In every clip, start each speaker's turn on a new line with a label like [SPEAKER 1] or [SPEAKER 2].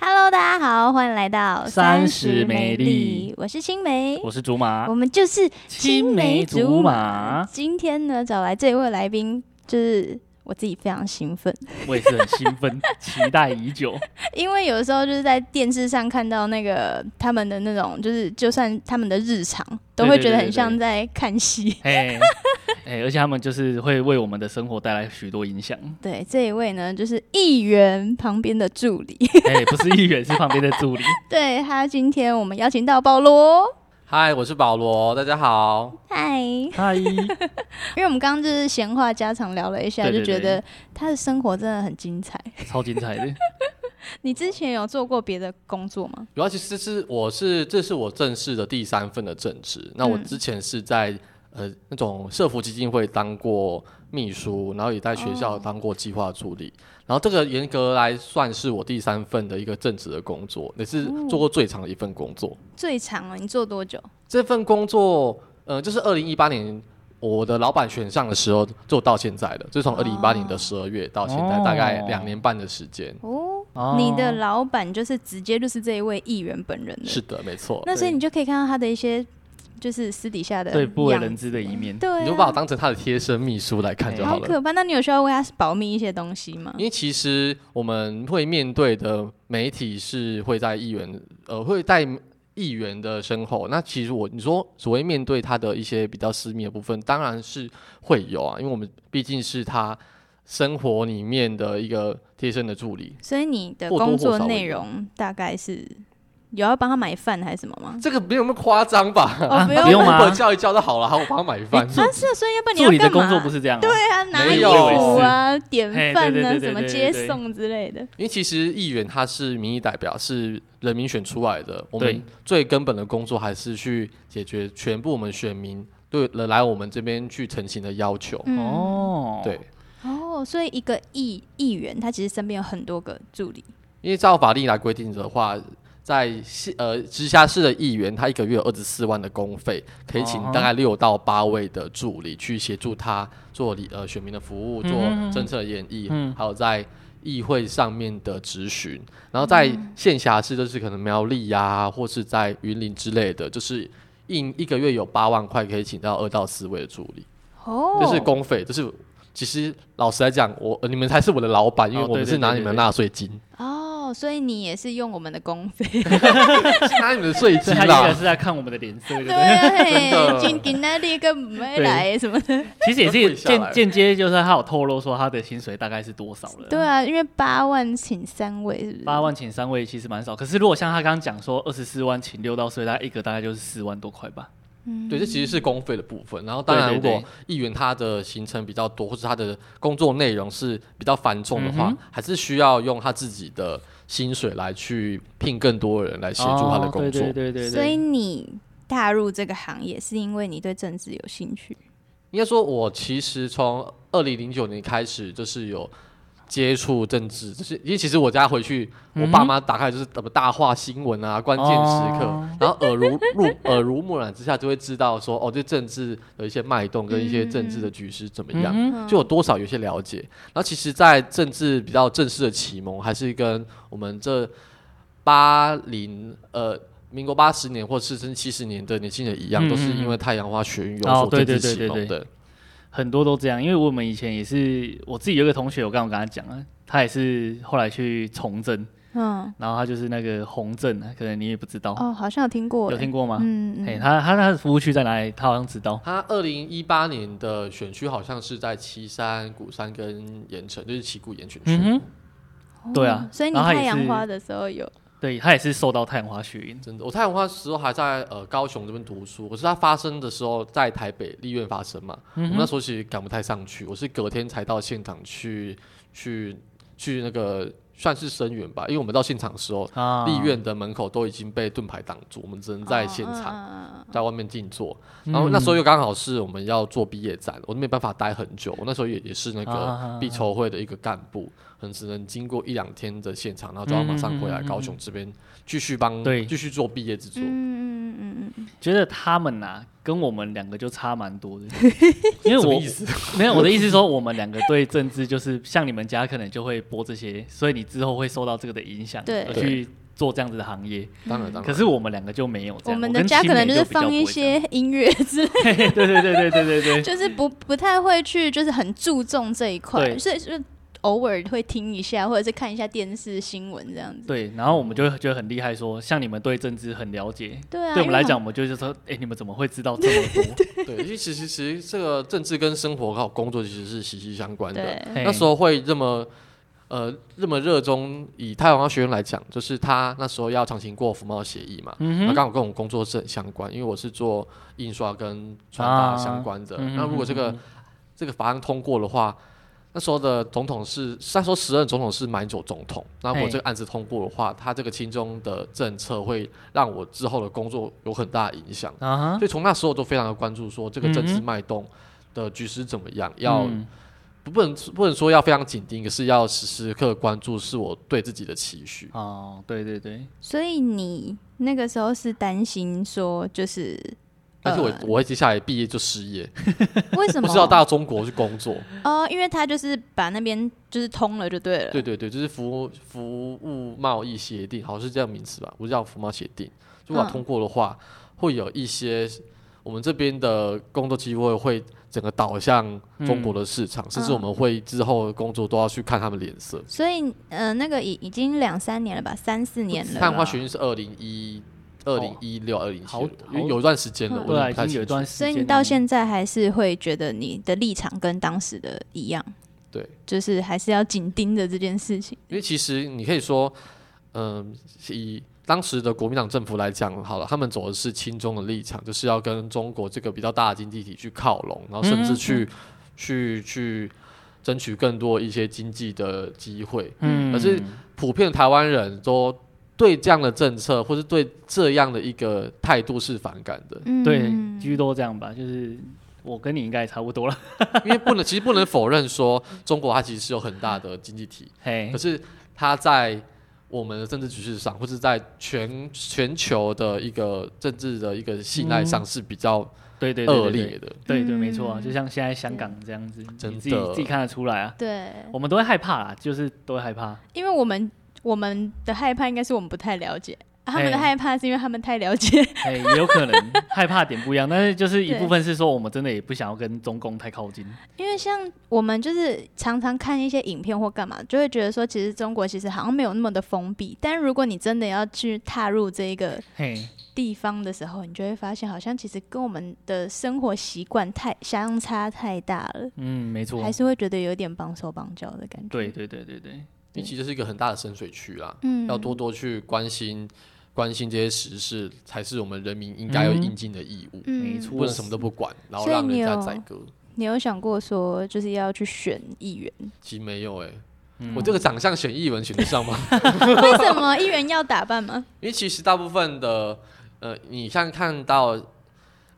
[SPEAKER 1] Hello，大家好，欢迎来到
[SPEAKER 2] 三
[SPEAKER 1] 十
[SPEAKER 2] 十美丽
[SPEAKER 1] 我是青梅，
[SPEAKER 2] 我是竹马
[SPEAKER 1] 我，们就是哦青梅竹
[SPEAKER 2] 青梅竹马
[SPEAKER 1] 今天呢，找来这位来宾，就是我自己非常兴奋，
[SPEAKER 2] 我也是很兴奋，期待已久。
[SPEAKER 1] 因为有时候就是在电视上看到那个他们的那种，就是就算他们的日常，都会
[SPEAKER 2] 对对
[SPEAKER 1] 觉得
[SPEAKER 2] 对
[SPEAKER 1] 很
[SPEAKER 2] 对
[SPEAKER 1] 像在看戏。
[SPEAKER 2] 哎哎，而且他们就是会为我们的生活带来许多影 响。
[SPEAKER 1] 对，这一位呢，就是议员旁边的助理。
[SPEAKER 2] 哎，不是议员，是旁边的助理。
[SPEAKER 1] 对他，今天我们邀请到保罗。
[SPEAKER 3] 嗨，我是保罗，大家好。
[SPEAKER 1] 嗨，因
[SPEAKER 2] 嗨，
[SPEAKER 1] 为我们刚刚就是闲话家常聊了一下，
[SPEAKER 2] 对对
[SPEAKER 1] 就觉
[SPEAKER 2] 对
[SPEAKER 1] 得他的生活真的很精彩。
[SPEAKER 2] 超精彩的。
[SPEAKER 1] 你之前有做过别的工作吗？
[SPEAKER 3] 主要其实是我是这是我正式的第三份的正职。那我
[SPEAKER 1] 嗯
[SPEAKER 3] 之前是在、呃那种社福基金会当过秘书，然后也在学校当过计划助理。然后这个严格来算是我第三份的一个正职的工作，也是做过最长的一份工作。
[SPEAKER 1] 最长啊了，你做多久？
[SPEAKER 3] 这份工作呃就是二零一八年。我的老板选上的时候做到现在的，就从二零一八年的十二月到现在，
[SPEAKER 2] 哦
[SPEAKER 3] 大概两年半的时间。
[SPEAKER 1] 哦，
[SPEAKER 2] 哦
[SPEAKER 1] 你的老板就是直接就是这一位议员本人了。
[SPEAKER 3] 是，的，没错。
[SPEAKER 1] 那所以
[SPEAKER 2] 对
[SPEAKER 1] 你就可以看到他的一些就是私底下的
[SPEAKER 2] 对不为
[SPEAKER 1] 样
[SPEAKER 2] 人
[SPEAKER 1] 子
[SPEAKER 2] 知的一面。
[SPEAKER 1] 对啊、
[SPEAKER 3] 你就把我当成他的贴身秘书来看就好
[SPEAKER 1] 好
[SPEAKER 3] 了。
[SPEAKER 1] 可怕。那你有需要为他保密一些东西吗
[SPEAKER 3] 因？为其实我们会面对的媒体是会在议员，呃，会在议员的身后。那其实我你说所谓面对他的一些比较私密的部分，当然是会有啊，因为我们毕竟是他生活里面的一个贴身的助理。
[SPEAKER 1] 所以你的
[SPEAKER 3] 或多或
[SPEAKER 1] 工作
[SPEAKER 3] 少
[SPEAKER 1] 内
[SPEAKER 3] 会有
[SPEAKER 1] 容大概是有要帮他买饭还是什么 吗？
[SPEAKER 3] 这个没有那么夸张吧？
[SPEAKER 1] 哦，不
[SPEAKER 2] 不
[SPEAKER 1] 用
[SPEAKER 2] 用吗
[SPEAKER 3] 我叫一叫就好了，好，我帮他买饭。
[SPEAKER 1] 啊，是啊，所以要不然你
[SPEAKER 2] 助理
[SPEAKER 1] 要
[SPEAKER 2] 的
[SPEAKER 1] 干嘛？
[SPEAKER 2] 工作不是这样啊。
[SPEAKER 1] 对啊，拿
[SPEAKER 3] 没
[SPEAKER 1] 衣
[SPEAKER 3] 有
[SPEAKER 1] 服啊、点
[SPEAKER 2] 嘿对
[SPEAKER 1] 饭
[SPEAKER 2] 哎对
[SPEAKER 1] 啊、
[SPEAKER 2] 对对
[SPEAKER 1] 什么
[SPEAKER 2] 对
[SPEAKER 1] 接
[SPEAKER 2] 对
[SPEAKER 1] 送之类的。
[SPEAKER 3] 因为其实议员他是民意代表，是人民选出来的。我
[SPEAKER 2] 对
[SPEAKER 3] 们最根本的工作还是去解决全部我们选民对来我们这边去成行的要求。
[SPEAKER 1] 嗯
[SPEAKER 2] 哦，
[SPEAKER 3] 对，，
[SPEAKER 1] 哦，所以一个议议员，他其实身边有很多个助理，
[SPEAKER 3] 因为照法律来规定的话，在西呃直辖市的议员，他一个月有二十四万的公费，可以请
[SPEAKER 2] 哦
[SPEAKER 3] 大概六到八位的助理去协助他做理呃选民的服务，做
[SPEAKER 2] 嗯嗯嗯
[SPEAKER 3] 政策演绎，
[SPEAKER 2] 嗯
[SPEAKER 3] 还有在。议会上面的质询，然后在县辖市就是可能苗栗呀、或是在云林之类的，就是一一个月有八万块可以请到二到四位的助理，
[SPEAKER 1] 哦，
[SPEAKER 3] 这是公费，就是其实老实来讲，我你们才是我的老板，因为
[SPEAKER 2] 哦
[SPEAKER 3] 我们
[SPEAKER 2] 对对
[SPEAKER 3] 是拿
[SPEAKER 2] 对
[SPEAKER 3] 你们
[SPEAKER 2] 对
[SPEAKER 3] 的纳税金。
[SPEAKER 1] 哦，所以你也是用我们的公 费，
[SPEAKER 3] 是拿你们的税
[SPEAKER 2] 所
[SPEAKER 3] 金
[SPEAKER 2] 以他应该
[SPEAKER 3] 啦。
[SPEAKER 2] 是在看我们的脸色，对不
[SPEAKER 1] 对
[SPEAKER 2] 对？
[SPEAKER 1] 啊，
[SPEAKER 3] 的
[SPEAKER 1] 嘿，今今那里个没来什么的，
[SPEAKER 2] 其实也
[SPEAKER 3] 都跪
[SPEAKER 2] 是
[SPEAKER 3] 下来
[SPEAKER 2] 间
[SPEAKER 3] 了
[SPEAKER 2] 间接，就是他有透露说他的薪水大概是多少了。
[SPEAKER 1] 对啊，因为八万请三位，是不是？
[SPEAKER 2] 八万请三位其实蛮少，可是如果像他刚刚讲说二十四万请六到四位，大概一个大概就是四万多块吧。
[SPEAKER 3] 对，这其实是公费的部分。然后，当然，
[SPEAKER 2] 对
[SPEAKER 3] 如
[SPEAKER 2] 对
[SPEAKER 3] 果议员他的行程比较多，或者他的工作内容是比较繁重的话，
[SPEAKER 2] 嗯
[SPEAKER 3] 还是需要用他自己的薪水来去聘更多人来协助他的工作。
[SPEAKER 2] 哦对对对对对
[SPEAKER 1] 所以你踏入这个行业是因为你对政治有兴趣，
[SPEAKER 3] 应该说，我其实从二零零九年开始就是有接触政治，就是因为其实我家回去，我爸妈打开就是什么大话新闻啊、关键时刻，
[SPEAKER 2] 哦
[SPEAKER 3] 然后耳濡目耳濡目染之下，就会知道说哦，对政治的一些脉动跟一些政治的局势怎么样，
[SPEAKER 2] 嗯
[SPEAKER 3] 就有多少有些了解。然后其实，在政治比较正式的启蒙，还是跟我们这八零呃。民国八十年或是甚至七十年的年轻人一样，
[SPEAKER 2] 嗯
[SPEAKER 3] 都是
[SPEAKER 2] 嗯嗯
[SPEAKER 3] 因为太阳花学运有
[SPEAKER 2] 哦
[SPEAKER 3] 所政
[SPEAKER 2] 对对
[SPEAKER 3] 治
[SPEAKER 2] 对
[SPEAKER 3] 启蒙
[SPEAKER 2] 对对
[SPEAKER 3] 的。
[SPEAKER 2] 很多都这样，因为我们以前也是，我自己有一个同学，我刚刚跟他讲啊，他也是后来去从政，
[SPEAKER 1] 嗯，
[SPEAKER 2] 然后他就是那个红政啊，可能你也不知道，
[SPEAKER 1] 哦，好像有听过，
[SPEAKER 2] 有听
[SPEAKER 1] 过
[SPEAKER 2] 过吗？
[SPEAKER 1] 嗯，
[SPEAKER 2] 哎、
[SPEAKER 1] 嗯
[SPEAKER 2] 他他他的服务区在哪里？他好像知道。
[SPEAKER 3] 他二零一八年的选区好像是在岐山、鼓山跟盐城，就是旗鼓盐选区。
[SPEAKER 2] 嗯
[SPEAKER 1] 哦
[SPEAKER 2] 哼，对啊
[SPEAKER 1] 所以你
[SPEAKER 2] 然后他也
[SPEAKER 1] 太阳
[SPEAKER 2] 是
[SPEAKER 1] 花的时候有，
[SPEAKER 2] 对他也是受到太阳花学运。
[SPEAKER 3] 真的，我太阳花时候还在呃高雄这边读书，可是它发生的时候在台北立院发生嘛，
[SPEAKER 2] 嗯
[SPEAKER 3] 我们那时候其实赶不太上去，我是隔天才到现场去去去那个算是声援吧，因为我们到现场的时候，
[SPEAKER 2] 啊
[SPEAKER 3] 立院的门口都已经被盾牌挡住，我们只能
[SPEAKER 1] 哦
[SPEAKER 3] 在现
[SPEAKER 2] 啊
[SPEAKER 3] 场。
[SPEAKER 1] 嗯场，
[SPEAKER 3] 在外面静坐，然
[SPEAKER 2] 嗯
[SPEAKER 3] 后那时候又刚好是我们要做毕业展，我都没办法待很久。我那时候也也是那
[SPEAKER 2] 啊
[SPEAKER 3] 个必筹会的一个干部，很只能经过一两天的现场，然后就要马上回来
[SPEAKER 2] 嗯嗯嗯嗯
[SPEAKER 3] 高雄这边继续帮
[SPEAKER 2] 对
[SPEAKER 3] 继续做毕业制
[SPEAKER 1] 嗯
[SPEAKER 3] 作。
[SPEAKER 1] 嗯嗯嗯嗯，
[SPEAKER 2] 觉得他们呐、跟我们两个就差蛮 多的，因为
[SPEAKER 3] 什么
[SPEAKER 2] 我
[SPEAKER 3] 意思？
[SPEAKER 2] 没有我的意思是说，我们两个对政治就是像你们家可能就会播这些，所以你之后会受到这个的影响，
[SPEAKER 1] 对
[SPEAKER 2] 而去做这样子的行业，
[SPEAKER 3] 当然当然。
[SPEAKER 2] 可是我们两个就没有这
[SPEAKER 1] 我
[SPEAKER 2] 样。
[SPEAKER 1] 们的
[SPEAKER 2] 跟
[SPEAKER 1] 家
[SPEAKER 2] 青
[SPEAKER 1] 可能
[SPEAKER 2] 梅
[SPEAKER 1] 是
[SPEAKER 2] 比较
[SPEAKER 1] 放
[SPEAKER 2] 不
[SPEAKER 1] 一
[SPEAKER 2] 会这样
[SPEAKER 1] 些音乐之类，
[SPEAKER 2] 对对对对对对对。
[SPEAKER 1] 就是不不太会去，就是很注重这一块，
[SPEAKER 2] 对
[SPEAKER 1] 所以就偶尔会听一下，或者是看一下电视新闻这样子。
[SPEAKER 2] 对，然后我们就会觉得很厉害说像你们对政治很了解，
[SPEAKER 1] 对啊，因
[SPEAKER 2] 对我
[SPEAKER 1] 为
[SPEAKER 2] 们来
[SPEAKER 1] 好
[SPEAKER 2] 讲，我们就是说，哎、你们怎么会知道这么多？
[SPEAKER 3] 对，因为其实其实这个政治跟生活还有工作其实是息息相关的。
[SPEAKER 1] 对，
[SPEAKER 2] 嘿
[SPEAKER 3] 那时候会这么呃这么热衷，以太阳花学院来讲，就是他那时候要强行过服贸协议嘛，那
[SPEAKER 2] 嗯哼，
[SPEAKER 3] 刚好跟我工作是很相关，因为我是做印刷跟传达相关的。
[SPEAKER 2] 嗯
[SPEAKER 3] 那如果这个、
[SPEAKER 2] 嗯
[SPEAKER 3] 这个法案通过的话，那时候的总统是那时候时任总统是马英九总统。那我
[SPEAKER 2] 嘿
[SPEAKER 3] 这个案子通过的话，他这个亲中的政策会让我之后的工作有很大的影响。
[SPEAKER 2] 啊哈，
[SPEAKER 3] 所以从那时候我都非常的关注，说这个政治
[SPEAKER 2] 嗯哼
[SPEAKER 3] 脉动的局势怎么样，要
[SPEAKER 2] 嗯
[SPEAKER 3] 不不能不能说要非常紧盯，可是要时时刻刻关注，是我对自己的期许。
[SPEAKER 2] 哦，对对对，
[SPEAKER 1] 所以你那个时候是担心说， 就是
[SPEAKER 3] 但是我、
[SPEAKER 1] 呃
[SPEAKER 3] 我会接下来毕业就失业，
[SPEAKER 1] 为什么？
[SPEAKER 3] 不知道到中国去工作。
[SPEAKER 1] 哦，因为他就是把那边就是通了就对了。
[SPEAKER 3] 对对对，就是服务服务贸易协定，好像是这样名词吧？我叫服贸协定。如果
[SPEAKER 1] 嗯
[SPEAKER 3] 通过的话，会有一些我们这边的工作机会会整个导向中国的市场，甚至我们会之后的工作都要去看他们脸色。
[SPEAKER 1] 所以，呃，那个已已经两三年了吧，三四年
[SPEAKER 3] 看
[SPEAKER 1] 了。
[SPEAKER 3] 花学运是二零一二零一六二零
[SPEAKER 2] 好
[SPEAKER 3] 七，有
[SPEAKER 2] 好
[SPEAKER 3] 有一段时间了，
[SPEAKER 1] 嗯
[SPEAKER 3] 我
[SPEAKER 2] 对
[SPEAKER 3] 有
[SPEAKER 2] 啊，
[SPEAKER 3] 点
[SPEAKER 2] 已
[SPEAKER 3] 不太
[SPEAKER 2] 经有一
[SPEAKER 3] 清楚。
[SPEAKER 2] 段时
[SPEAKER 1] 所
[SPEAKER 2] 间了，
[SPEAKER 1] 以你到现在还是会觉得你的立场跟当时的一样，
[SPEAKER 3] 对，
[SPEAKER 1] 就是还是要紧盯着这件事情。
[SPEAKER 3] 因为其实你可以说，嗯、以当时的国民党政府来讲，好了，他们走的是亲中的立场，就是要跟中国这个比较大的经济体去靠拢，然后甚至去、去去争取更多一些经济的机会。
[SPEAKER 2] 嗯，
[SPEAKER 3] 可是普遍台湾人都对这样的政策，或是对这样的一个态度是反感的，
[SPEAKER 1] 嗯，
[SPEAKER 2] 对，居多这样吧，就是我跟你应该也差不多了，
[SPEAKER 3] 因为不能，其实不能否认说，中国它其实是有很大的经济体，
[SPEAKER 2] 嘿
[SPEAKER 3] 可，是它在我们的政治局势上，或是在全全球的一个政治的一个信赖上是比较
[SPEAKER 2] 对对
[SPEAKER 3] 恶
[SPEAKER 2] 对对
[SPEAKER 3] 劣
[SPEAKER 2] 对
[SPEAKER 3] 的。
[SPEAKER 2] 对对，没错啊，
[SPEAKER 1] 嗯
[SPEAKER 2] 就像现在香港这样子，
[SPEAKER 3] 真
[SPEAKER 2] 你自己
[SPEAKER 3] 的
[SPEAKER 2] 自己看得出来啊，
[SPEAKER 1] 对，
[SPEAKER 2] 我们都会害怕啦，就是都会害怕，
[SPEAKER 1] 因为我们我们的害怕应该是我们不太了解，啊他们的
[SPEAKER 2] 哎
[SPEAKER 1] 害怕是因为他们太了解。
[SPEAKER 2] 哎，也有可能害怕点不一样，但是就是一
[SPEAKER 1] 对
[SPEAKER 2] 部分是说我们真的也不想要跟中共太靠近，
[SPEAKER 1] 因为像我们就是常常看一些影片或干嘛，就会觉得说，其实中国其实好像没有那么的封闭。但如果你真的要去踏入这一个
[SPEAKER 2] 嘿，
[SPEAKER 1] 地方的时候，你就会发现，好像其实跟我们的生活习惯太相差太大了，
[SPEAKER 2] 嗯，没错
[SPEAKER 1] 还，是会觉得有点绑手绑脚的感觉。
[SPEAKER 2] 对，对对对对，
[SPEAKER 3] 因为其实是一个很大的深水区啦，
[SPEAKER 1] 嗯，
[SPEAKER 3] 要多多去关心关心这些时事，才是我们人民应该要
[SPEAKER 2] 嗯
[SPEAKER 3] 应尽的义务，
[SPEAKER 1] 嗯
[SPEAKER 2] 没错
[SPEAKER 3] 不能什么都不管，然后
[SPEAKER 1] 所以
[SPEAKER 3] 让人
[SPEAKER 1] 你
[SPEAKER 3] 家
[SPEAKER 1] 有
[SPEAKER 3] 宰割。
[SPEAKER 1] 你有想过说，就是要去选议 员？
[SPEAKER 3] 其实没有哎、
[SPEAKER 2] 嗯
[SPEAKER 3] 我这个长相选议文选得上吗？
[SPEAKER 1] 为什么哦议员要打扮吗？
[SPEAKER 3] 因为其实大部分的呃，你像看到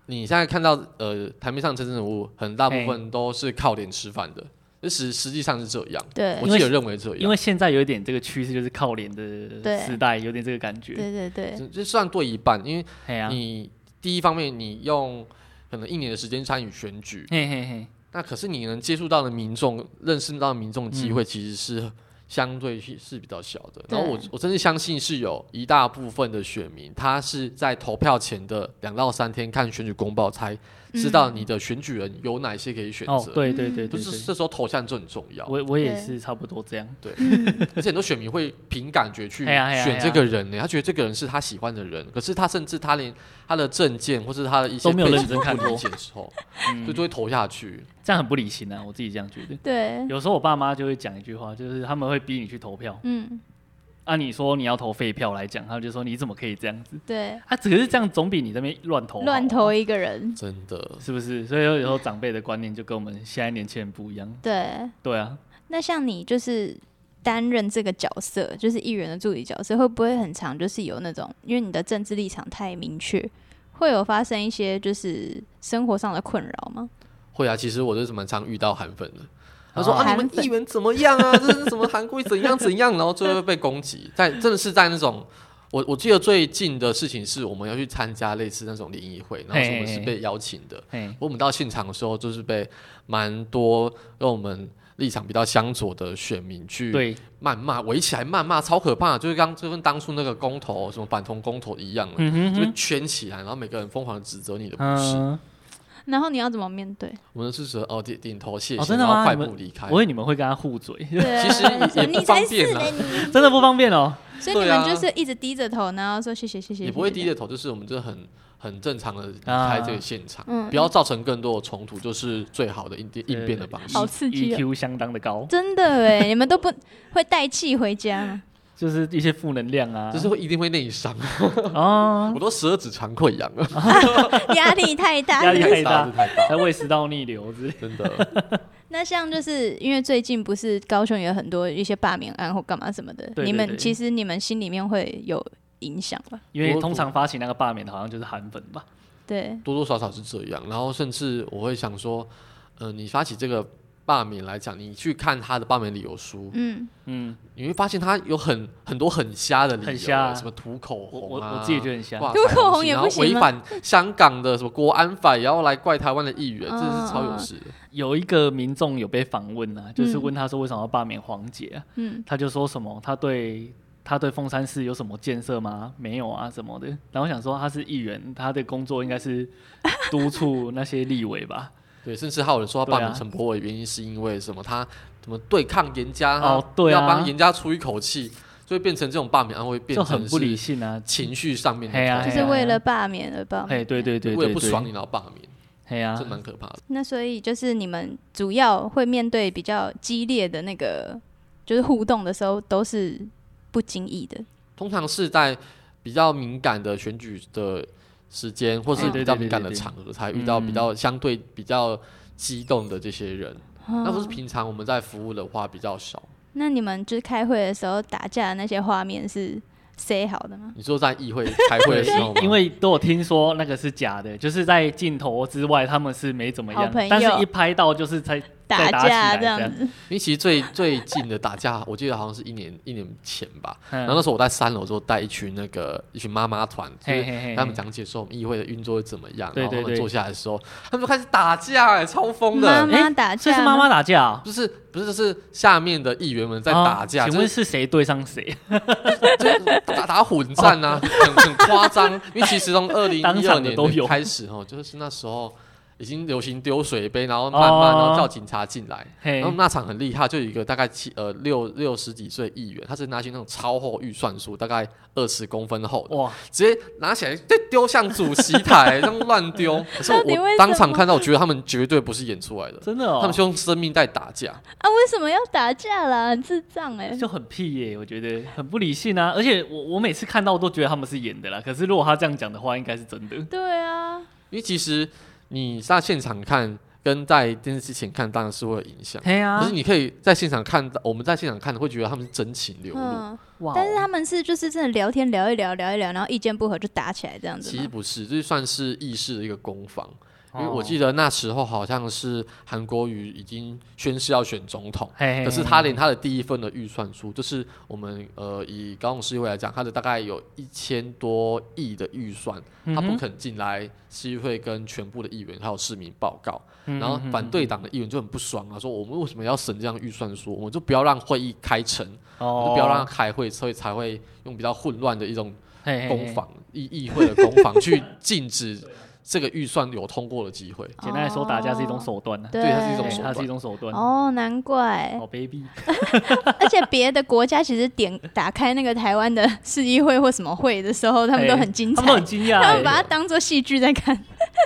[SPEAKER 3] 你现在看到呃台面上真正人物，很大部分都是靠脸吃饭的，就实实际上是这样。
[SPEAKER 1] 对
[SPEAKER 3] 我，自己有认为这
[SPEAKER 2] 因
[SPEAKER 3] 样，
[SPEAKER 2] 为现在有一点这个趋势，就是靠脸
[SPEAKER 1] 对
[SPEAKER 2] 的时代，有点这个感觉。
[SPEAKER 1] 对对对，
[SPEAKER 3] 就就算对一半，因为
[SPEAKER 2] 嘿啊呀、
[SPEAKER 3] 你第一方面你用可能一年的时间参与选举，
[SPEAKER 2] 嘿嘿嘿，
[SPEAKER 3] 那可是你能接触到的民众、认识到的民众
[SPEAKER 2] 嗯
[SPEAKER 3] 机会其实是。相对是是比较小的，
[SPEAKER 1] 对
[SPEAKER 3] 然后我我真的相信是有一大部分的选民，他是在投票前的两到三天看选举公报才知道你的选举人有哪些可以选择。
[SPEAKER 2] 嗯哦，对对对
[SPEAKER 3] 就
[SPEAKER 2] 对
[SPEAKER 3] 是
[SPEAKER 2] 对，
[SPEAKER 3] 这时候投向就很重要。
[SPEAKER 2] 我我也
[SPEAKER 1] 对
[SPEAKER 2] 是差不多这样。
[SPEAKER 3] 对，而且很多选民会凭感觉去
[SPEAKER 2] 哎呀哎呀
[SPEAKER 3] 选这个人呢，他觉得这个人是他喜欢的人，可是他甚至他连他的证件或是他的一些
[SPEAKER 2] 都没有
[SPEAKER 3] 背景
[SPEAKER 2] 认真看
[SPEAKER 3] 不
[SPEAKER 2] 过
[SPEAKER 3] 理解的时候，
[SPEAKER 2] 嗯
[SPEAKER 3] 就就会投下去。
[SPEAKER 2] 这样很不理性啊，我自己这样觉得。
[SPEAKER 1] 对，
[SPEAKER 2] 有时候我爸妈就会讲一句话，就是他们会逼你去投票。
[SPEAKER 1] 嗯，
[SPEAKER 2] 按你说你要投废票来讲，他们就说你怎么可以这样子？
[SPEAKER 1] 对，
[SPEAKER 2] 啊，只是这样总比你这边乱
[SPEAKER 3] 哦
[SPEAKER 2] 投好啊
[SPEAKER 1] 乱投一个人，
[SPEAKER 3] 真的，
[SPEAKER 2] 是不是？所以有时候长辈的观念就跟我们现在年轻人不一样。
[SPEAKER 1] 对。
[SPEAKER 2] 对啊，
[SPEAKER 1] 那像你就是担任这个角色，就是议员的助理角色，会不会很常就是有那种，因为你的政治立场太明确，会有发生一些就是生活上的困扰吗？
[SPEAKER 3] 会啊，其实我就是蛮常遇到韩粉的。他说
[SPEAKER 2] 哦
[SPEAKER 3] 啊，你
[SPEAKER 1] 韩
[SPEAKER 3] 们
[SPEAKER 1] 粉
[SPEAKER 3] 议员怎么样啊？ 这是什么韩国瑜怎样怎样，然后就会被攻击。在真的是在那种，我我记得最近的事情是我们要去参加类似那种联谊会，然后我们是
[SPEAKER 2] 嘿嘿嘿
[SPEAKER 3] 被邀请的。
[SPEAKER 2] 嘿，
[SPEAKER 3] 我们到现场的时候，就是被蛮多让我们立场比较相左的选民去
[SPEAKER 2] 对，
[SPEAKER 3] 谩骂，围起来谩骂，超可怕的！就是刚就跟当初那个公投什么反同公投一样的，
[SPEAKER 2] 嗯哼
[SPEAKER 3] 就
[SPEAKER 2] 哼，
[SPEAKER 3] 圈起来，然后每个人疯狂的指责你的不是，
[SPEAKER 2] 嗯，
[SPEAKER 1] 然后你要怎么面对？
[SPEAKER 3] 我们的支持者哦点点头谢谢，
[SPEAKER 2] 哦真的
[SPEAKER 3] 然后
[SPEAKER 2] 吗
[SPEAKER 3] 快
[SPEAKER 2] 你们
[SPEAKER 3] 步离开。
[SPEAKER 2] 我以为你们会跟他互嘴，
[SPEAKER 1] 对
[SPEAKER 3] 其实也也
[SPEAKER 1] 你
[SPEAKER 3] 不
[SPEAKER 1] 才
[SPEAKER 3] 方
[SPEAKER 1] 是
[SPEAKER 3] 便啦啊
[SPEAKER 1] 嘞你，
[SPEAKER 2] 真的不方便哦。
[SPEAKER 1] 所以你
[SPEAKER 3] 对啊
[SPEAKER 1] 们就是一直低着头，然后说谢谢谢谢，
[SPEAKER 3] 也不会低
[SPEAKER 1] 着，
[SPEAKER 3] 着头，就是我们就很很正常的离开这个现场，
[SPEAKER 1] 嗯
[SPEAKER 3] 不要造成更多的冲突，就是最好的应变应变的方式
[SPEAKER 1] 好。刺激哦
[SPEAKER 2] EQ 相当的高，
[SPEAKER 1] 真的哎，你们都不会带气回家吗？
[SPEAKER 2] 就是一些负能量啊，
[SPEAKER 3] 就是会一定会内伤，
[SPEAKER 2] 啊，
[SPEAKER 3] 我都十二指肠溃疡啊了，
[SPEAKER 1] 压力太大。
[SPEAKER 2] 压力 太大
[SPEAKER 3] 真的，太大，
[SPEAKER 2] 还胃食道逆流之类。
[SPEAKER 3] 真的。
[SPEAKER 1] 那像就是因为最近不是高雄有很多一些罢免案或干嘛什么的，
[SPEAKER 2] 对
[SPEAKER 1] 你
[SPEAKER 2] 对
[SPEAKER 1] 们
[SPEAKER 2] 对
[SPEAKER 1] 其实你们心里面会有影响吧？
[SPEAKER 2] 因为通常发起那个罢免的好像就是韩粉吧，
[SPEAKER 1] 对，
[SPEAKER 3] 多多少少是这样。然后甚至我会想说，呃，你发起这个罢免来讲，你去看他的罢免理由书，
[SPEAKER 1] 嗯，
[SPEAKER 2] 嗯，
[SPEAKER 3] 你会发现他有很很多很瞎的理由，
[SPEAKER 2] 很瞎
[SPEAKER 3] 什么涂口
[SPEAKER 2] 我
[SPEAKER 3] 红
[SPEAKER 2] 我
[SPEAKER 3] 啊，
[SPEAKER 2] 我自己觉得很像，
[SPEAKER 3] 挂
[SPEAKER 1] 涂口红也
[SPEAKER 3] 彩虹
[SPEAKER 1] 不
[SPEAKER 3] 旗
[SPEAKER 1] 行
[SPEAKER 3] 然
[SPEAKER 1] 吗
[SPEAKER 3] 后违反香港的什么国安法，也要来怪台湾的议员，
[SPEAKER 1] 嗯
[SPEAKER 3] 真的是超有事的。
[SPEAKER 2] 有一个民众有被访问
[SPEAKER 3] 嗯
[SPEAKER 2] 啊，就是问他说为什么要罢免黄姐、啊，
[SPEAKER 1] 嗯，
[SPEAKER 2] 他就说什么他对他对凤山市有什么建设吗？没有啊什么的。然后我想说他是议员，他的工作应该是督促那些立委 吧，
[SPEAKER 3] 对，啊甚至还有人说他罢免陈柏伟，原因是因为什么？他怎么对抗严家？
[SPEAKER 2] 哦对啊
[SPEAKER 3] 要帮严家出一口气，所以变成这种罢免案会变
[SPEAKER 2] 就
[SPEAKER 3] 成
[SPEAKER 2] 很不理
[SPEAKER 3] 是
[SPEAKER 2] 性啊。
[SPEAKER 3] 情绪上面的
[SPEAKER 2] 嘿啊
[SPEAKER 3] 讨
[SPEAKER 1] 就
[SPEAKER 3] 论
[SPEAKER 1] 是为了罢免而罢
[SPEAKER 2] 哎，
[SPEAKER 1] 免。
[SPEAKER 2] 对对对对
[SPEAKER 3] 为
[SPEAKER 2] 对，
[SPEAKER 3] 了不爽你然后罢免，
[SPEAKER 2] 嘿啊
[SPEAKER 3] 这，蛮可怕的。
[SPEAKER 1] 那所以就是你们主要会面对比较激烈的那个就是互动的时候，都是不经意的。
[SPEAKER 3] 通常是在比较敏感的选举的时间，或是
[SPEAKER 1] 嗯
[SPEAKER 3] 比较
[SPEAKER 2] 哎对对对
[SPEAKER 3] 敏感的
[SPEAKER 2] 对对
[SPEAKER 3] 场合，才遇到比较相对比较激动的这些人。
[SPEAKER 1] 嗯
[SPEAKER 3] 那不是平常我们在服务的话比较少。
[SPEAKER 1] 那你们就是开会的时候打架的那些画面是塞好的吗？
[SPEAKER 3] 你说在议会开会的时候吗，
[SPEAKER 2] 因为都有听说那个是假的，就是在镜头之外他们是没怎么
[SPEAKER 1] 好
[SPEAKER 2] 样
[SPEAKER 1] 朋友，
[SPEAKER 2] 但是一拍到就是才
[SPEAKER 1] 打
[SPEAKER 2] 再打起
[SPEAKER 1] 架
[SPEAKER 2] 来
[SPEAKER 1] 这样子，
[SPEAKER 3] 因为其实最最近的打架，我记得好像是一年一年前吧。
[SPEAKER 2] 嗯
[SPEAKER 3] 然后那时候我在三楼之后带一群那个一群妈妈团，就
[SPEAKER 2] 嘿
[SPEAKER 3] 是
[SPEAKER 2] 嘿嘿
[SPEAKER 3] 他们讲解说我们议会的运作是怎么样，
[SPEAKER 2] 对
[SPEAKER 3] 然后
[SPEAKER 2] 对
[SPEAKER 3] 他们
[SPEAKER 2] 对
[SPEAKER 3] 坐下来的时候，他们就开始打架、哎，超疯的。
[SPEAKER 1] 妈妈
[SPEAKER 2] 诶
[SPEAKER 1] 打
[SPEAKER 2] 这
[SPEAKER 1] 架
[SPEAKER 2] 是
[SPEAKER 1] 吗，
[SPEAKER 2] 妈妈打架啊、
[SPEAKER 3] 就是不是就是下面的议员们在打架，
[SPEAKER 2] 啊
[SPEAKER 3] 就
[SPEAKER 2] 请
[SPEAKER 3] 是
[SPEAKER 2] 问是谁对上 谁？
[SPEAKER 3] 就是打打混战啊，
[SPEAKER 1] 哦
[SPEAKER 3] 很很夸张。因为其实从二零
[SPEAKER 2] 当
[SPEAKER 3] 一
[SPEAKER 2] 场
[SPEAKER 3] 二
[SPEAKER 2] 的
[SPEAKER 3] 年
[SPEAKER 2] 都有
[SPEAKER 3] 开始哦，就是那时候已经流行丢水杯，然后慢慢
[SPEAKER 2] 哦
[SPEAKER 3] 然后叫警察进来。
[SPEAKER 1] 哦
[SPEAKER 2] 嘿
[SPEAKER 3] 然后那场很厉害，就有一个大概七呃六六十几岁的议员，他是拿起那种超厚预算书，大概二十公分厚的，
[SPEAKER 2] 哇，
[SPEAKER 3] 直接拿起来就丢向主席 台，这样乱丢。可是
[SPEAKER 1] 到底为
[SPEAKER 3] 我
[SPEAKER 1] 什
[SPEAKER 3] 当场
[SPEAKER 1] 么
[SPEAKER 3] 看到，我觉得他们绝对不是演出来的，
[SPEAKER 2] 真的哦，
[SPEAKER 3] 他们是用生命在打架。
[SPEAKER 1] 啊，为什么要打架啦？很智障哎、
[SPEAKER 2] 就很屁耶、我觉得很不理性啊。而且我我每次看到都觉得他们是演的啦，可是如果他这样讲的话，应该是真的。
[SPEAKER 1] 对啊，
[SPEAKER 3] 因为其实你在现场看跟在电视机前看当然是会有影响，
[SPEAKER 2] 嘿
[SPEAKER 3] 可
[SPEAKER 2] 啊
[SPEAKER 3] 是，你可以在现场看到，我们在现场看会觉得他们是真情流露。
[SPEAKER 1] 嗯，
[SPEAKER 2] 哇哦，
[SPEAKER 1] 但是他们是就是真的聊天聊一聊聊一聊，然后意见不合就打起来这样子
[SPEAKER 3] 其实
[SPEAKER 1] 吗？
[SPEAKER 3] 不是，这算是意识的一个攻防，因为我记
[SPEAKER 2] 得，
[SPEAKER 3] 得那时候好像是韩国瑜已经宣誓要选总统，
[SPEAKER 2] 哦嘿嘿
[SPEAKER 3] 可是他连他的第一份的预算书，就是我们呃以高雄市议会来讲，他的大概有一千多亿的预算，他
[SPEAKER 2] 嗯
[SPEAKER 3] 不肯进来市议会跟全部的议员还有市民报告，
[SPEAKER 2] 嗯
[SPEAKER 3] 然后反对党的议员就很不爽啊，说我们为什么要审这样的预算书？我们就不要让会议开成，我们
[SPEAKER 2] 哦
[SPEAKER 3] 就不要让它开会，所以才会用比较混乱的一种
[SPEAKER 2] 嘿嘿嘿
[SPEAKER 3] 攻防议议会的攻防去禁止这个预算有通过的机会。
[SPEAKER 2] 简单来说，打架是一种手段呢、啊，
[SPEAKER 3] 对它是一种
[SPEAKER 2] 嘿
[SPEAKER 3] 手
[SPEAKER 2] 它
[SPEAKER 3] 段
[SPEAKER 2] 是一种手段。
[SPEAKER 1] 哦，难怪
[SPEAKER 2] 好、，baby，
[SPEAKER 1] 而且别的国家其实点打开那个台湾的市议会或什么会的时候，他们都很精
[SPEAKER 2] 哎他
[SPEAKER 1] 彩
[SPEAKER 2] 们都，很惊讶、
[SPEAKER 1] 他们把
[SPEAKER 2] 欸，
[SPEAKER 1] 它当做戏剧在看，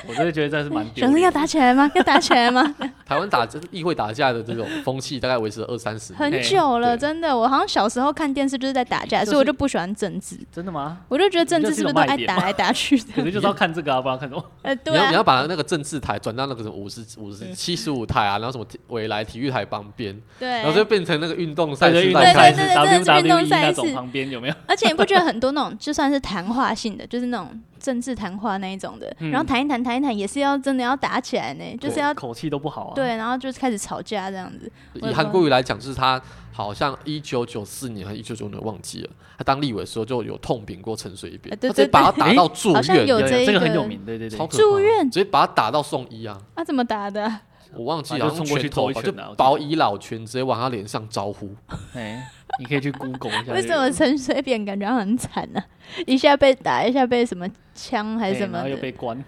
[SPEAKER 2] 我真的觉得这是蛮丢
[SPEAKER 1] 想说要
[SPEAKER 2] 脸的。
[SPEAKER 1] 打起来吗？要打起来 吗？
[SPEAKER 3] 台湾打议会打架的这种风气大概维持了二三十年，
[SPEAKER 1] 很久了，
[SPEAKER 3] 对
[SPEAKER 1] 真的，我好像小时候看电视就是在打架，
[SPEAKER 2] 就是
[SPEAKER 1] 所以我就不喜欢政治，
[SPEAKER 2] 真的吗？
[SPEAKER 1] 我就觉得政治是不是都爱
[SPEAKER 2] 你就是一种
[SPEAKER 1] 打
[SPEAKER 2] 卖点
[SPEAKER 1] 来打去
[SPEAKER 2] 可
[SPEAKER 1] 的？
[SPEAKER 2] 能就是要看这个啊，不然看什 么？
[SPEAKER 1] 呃，
[SPEAKER 3] 你
[SPEAKER 1] 对
[SPEAKER 3] 要你要
[SPEAKER 1] 啊，
[SPEAKER 3] 把那个政治台转到那个什么五十五十七十五台啊，然后什么体未来体育台旁边，
[SPEAKER 1] 对
[SPEAKER 3] 然后，就变成那个运动 赛
[SPEAKER 2] 对对，
[SPEAKER 3] 事
[SPEAKER 2] 运
[SPEAKER 3] 在
[SPEAKER 2] 动
[SPEAKER 3] 开
[SPEAKER 2] 赛
[SPEAKER 3] 始
[SPEAKER 1] 对
[SPEAKER 2] 事
[SPEAKER 1] 对对对对运
[SPEAKER 2] WWE
[SPEAKER 1] 动赛
[SPEAKER 2] E 那
[SPEAKER 1] 事
[SPEAKER 2] 种旁边有没有？
[SPEAKER 1] 而且你不觉得很多那种就算是谈话性的，就是那种政治谈话那一种的，
[SPEAKER 2] 嗯
[SPEAKER 1] 然后谈一谈谈一谈也是要真的要打起来呢，就是要
[SPEAKER 2] 口气都不好啊。
[SPEAKER 1] 对，然后就开始吵架这样子。
[SPEAKER 3] 以韩国瑜来讲，就是他好像一九九四年还一九九年忘记了，他当立委的时候就有痛扁过陈水扁，
[SPEAKER 1] 呃对
[SPEAKER 3] 他直接把他
[SPEAKER 2] 对
[SPEAKER 3] 打
[SPEAKER 2] 对
[SPEAKER 3] 到住
[SPEAKER 1] 好像
[SPEAKER 3] 院，
[SPEAKER 1] 有
[SPEAKER 2] 有，
[SPEAKER 1] 这一
[SPEAKER 2] 这个
[SPEAKER 1] 个
[SPEAKER 2] 很有名，对对对
[SPEAKER 3] 超可怕的
[SPEAKER 1] 住院
[SPEAKER 3] 直接把他打到送医啊。
[SPEAKER 1] 啊，怎么打的啊？
[SPEAKER 3] 我忘记
[SPEAKER 2] 反
[SPEAKER 3] 好
[SPEAKER 2] 正冲
[SPEAKER 3] 像
[SPEAKER 2] 哎过去
[SPEAKER 3] 拳
[SPEAKER 2] 投
[SPEAKER 3] 头
[SPEAKER 2] 一
[SPEAKER 3] 吧，就
[SPEAKER 2] 拳啊我记得
[SPEAKER 3] 保以老拳直接往他脸上招呼。
[SPEAKER 2] 哎，你可以 去 Google 一下。
[SPEAKER 1] 为什么陈水扁感觉好像很惨呢、一下被打，一下被什么枪还
[SPEAKER 2] 哎
[SPEAKER 1] 是什么
[SPEAKER 2] 然后又
[SPEAKER 1] 的，
[SPEAKER 2] 被关？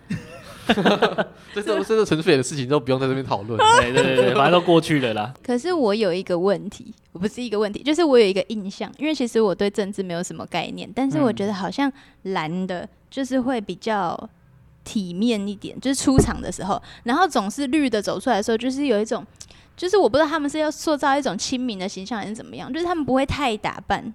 [SPEAKER 3] 这这这个陈水扁的事情都不用在这边讨论。
[SPEAKER 2] 对对对 对，反正都过去了啦。
[SPEAKER 1] 可是我有一个问题，我不是一个问题，就是我有一个印象，因为其实我对政治没有什么概念，但是我觉得好像蓝的就是会比较体面一点，就是出场的时候，然后总是绿的走出来的时候，就是有一种，就是我不知道他们是要塑造一种亲民的形象还是怎么样，就是他们不会太打扮，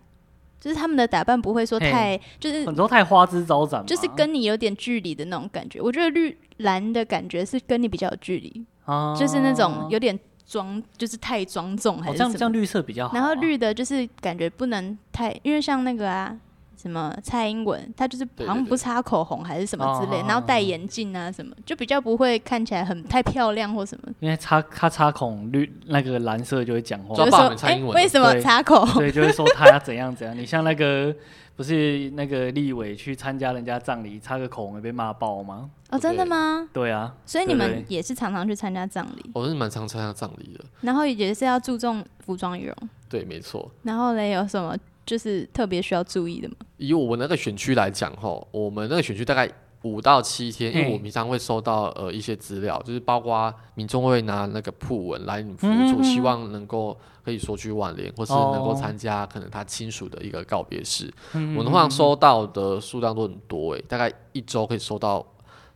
[SPEAKER 1] 就是他们的打扮不会说
[SPEAKER 2] 嘿
[SPEAKER 1] 太，就是
[SPEAKER 2] 很多太花枝招展嘛，
[SPEAKER 1] 就是跟你有点距离的那种感觉。我觉得绿蓝的感觉是跟你比较有距离，
[SPEAKER 2] 啊
[SPEAKER 1] 就是那种有点装，就是太庄重还
[SPEAKER 2] 哦
[SPEAKER 1] 是
[SPEAKER 2] 这
[SPEAKER 1] 什
[SPEAKER 2] 样
[SPEAKER 1] 么
[SPEAKER 2] 这样绿色比较好啊。
[SPEAKER 1] 然后绿的就是感觉不能太，因为像那个啊，什么蔡英文，她就是
[SPEAKER 3] 对
[SPEAKER 1] 好像
[SPEAKER 3] 对
[SPEAKER 1] 不擦口红还是什么之类，
[SPEAKER 2] 哦
[SPEAKER 1] 然后戴眼镜啊什么，就比较不会看起来很太漂亮或什么。
[SPEAKER 2] 因为插他插孔绿那个蓝色就会讲
[SPEAKER 3] 抓
[SPEAKER 1] 就
[SPEAKER 2] 话
[SPEAKER 1] 是，
[SPEAKER 3] 爆
[SPEAKER 1] 说
[SPEAKER 3] 你，蔡
[SPEAKER 1] 哎、
[SPEAKER 3] 英文啊
[SPEAKER 1] 为什么
[SPEAKER 2] 对
[SPEAKER 1] 擦口红？
[SPEAKER 2] 所以就会说他怎样怎样。你像那个不是那个立委去参加人家葬礼，插个口红也被骂爆吗？
[SPEAKER 1] 哦，真的吗？
[SPEAKER 2] 对啊，
[SPEAKER 1] 所以你
[SPEAKER 2] 对
[SPEAKER 1] 们
[SPEAKER 2] 对
[SPEAKER 1] 也是常常去参加葬礼，
[SPEAKER 3] 我是蛮常参加葬礼的，
[SPEAKER 1] 然后也是要注重服装仪容，
[SPEAKER 3] 对，没错。
[SPEAKER 1] 然后嘞有什么就是特别需要注意的吗？
[SPEAKER 3] 以我们那个选区来讲，吼，我们那个选区大概五到七天，因为
[SPEAKER 2] 嘿
[SPEAKER 3] 我平常会收到呃一些资料，就是包括民众会拿那个铺文来你们服
[SPEAKER 2] 嗯
[SPEAKER 3] 处，
[SPEAKER 2] 嗯
[SPEAKER 3] 希望能够可以说去挽联，或是能够
[SPEAKER 2] 哦
[SPEAKER 3] 参加可能他亲属的一个告别式。
[SPEAKER 2] 嗯
[SPEAKER 3] 我通常收到的数量都很多诶、大概一周可以收到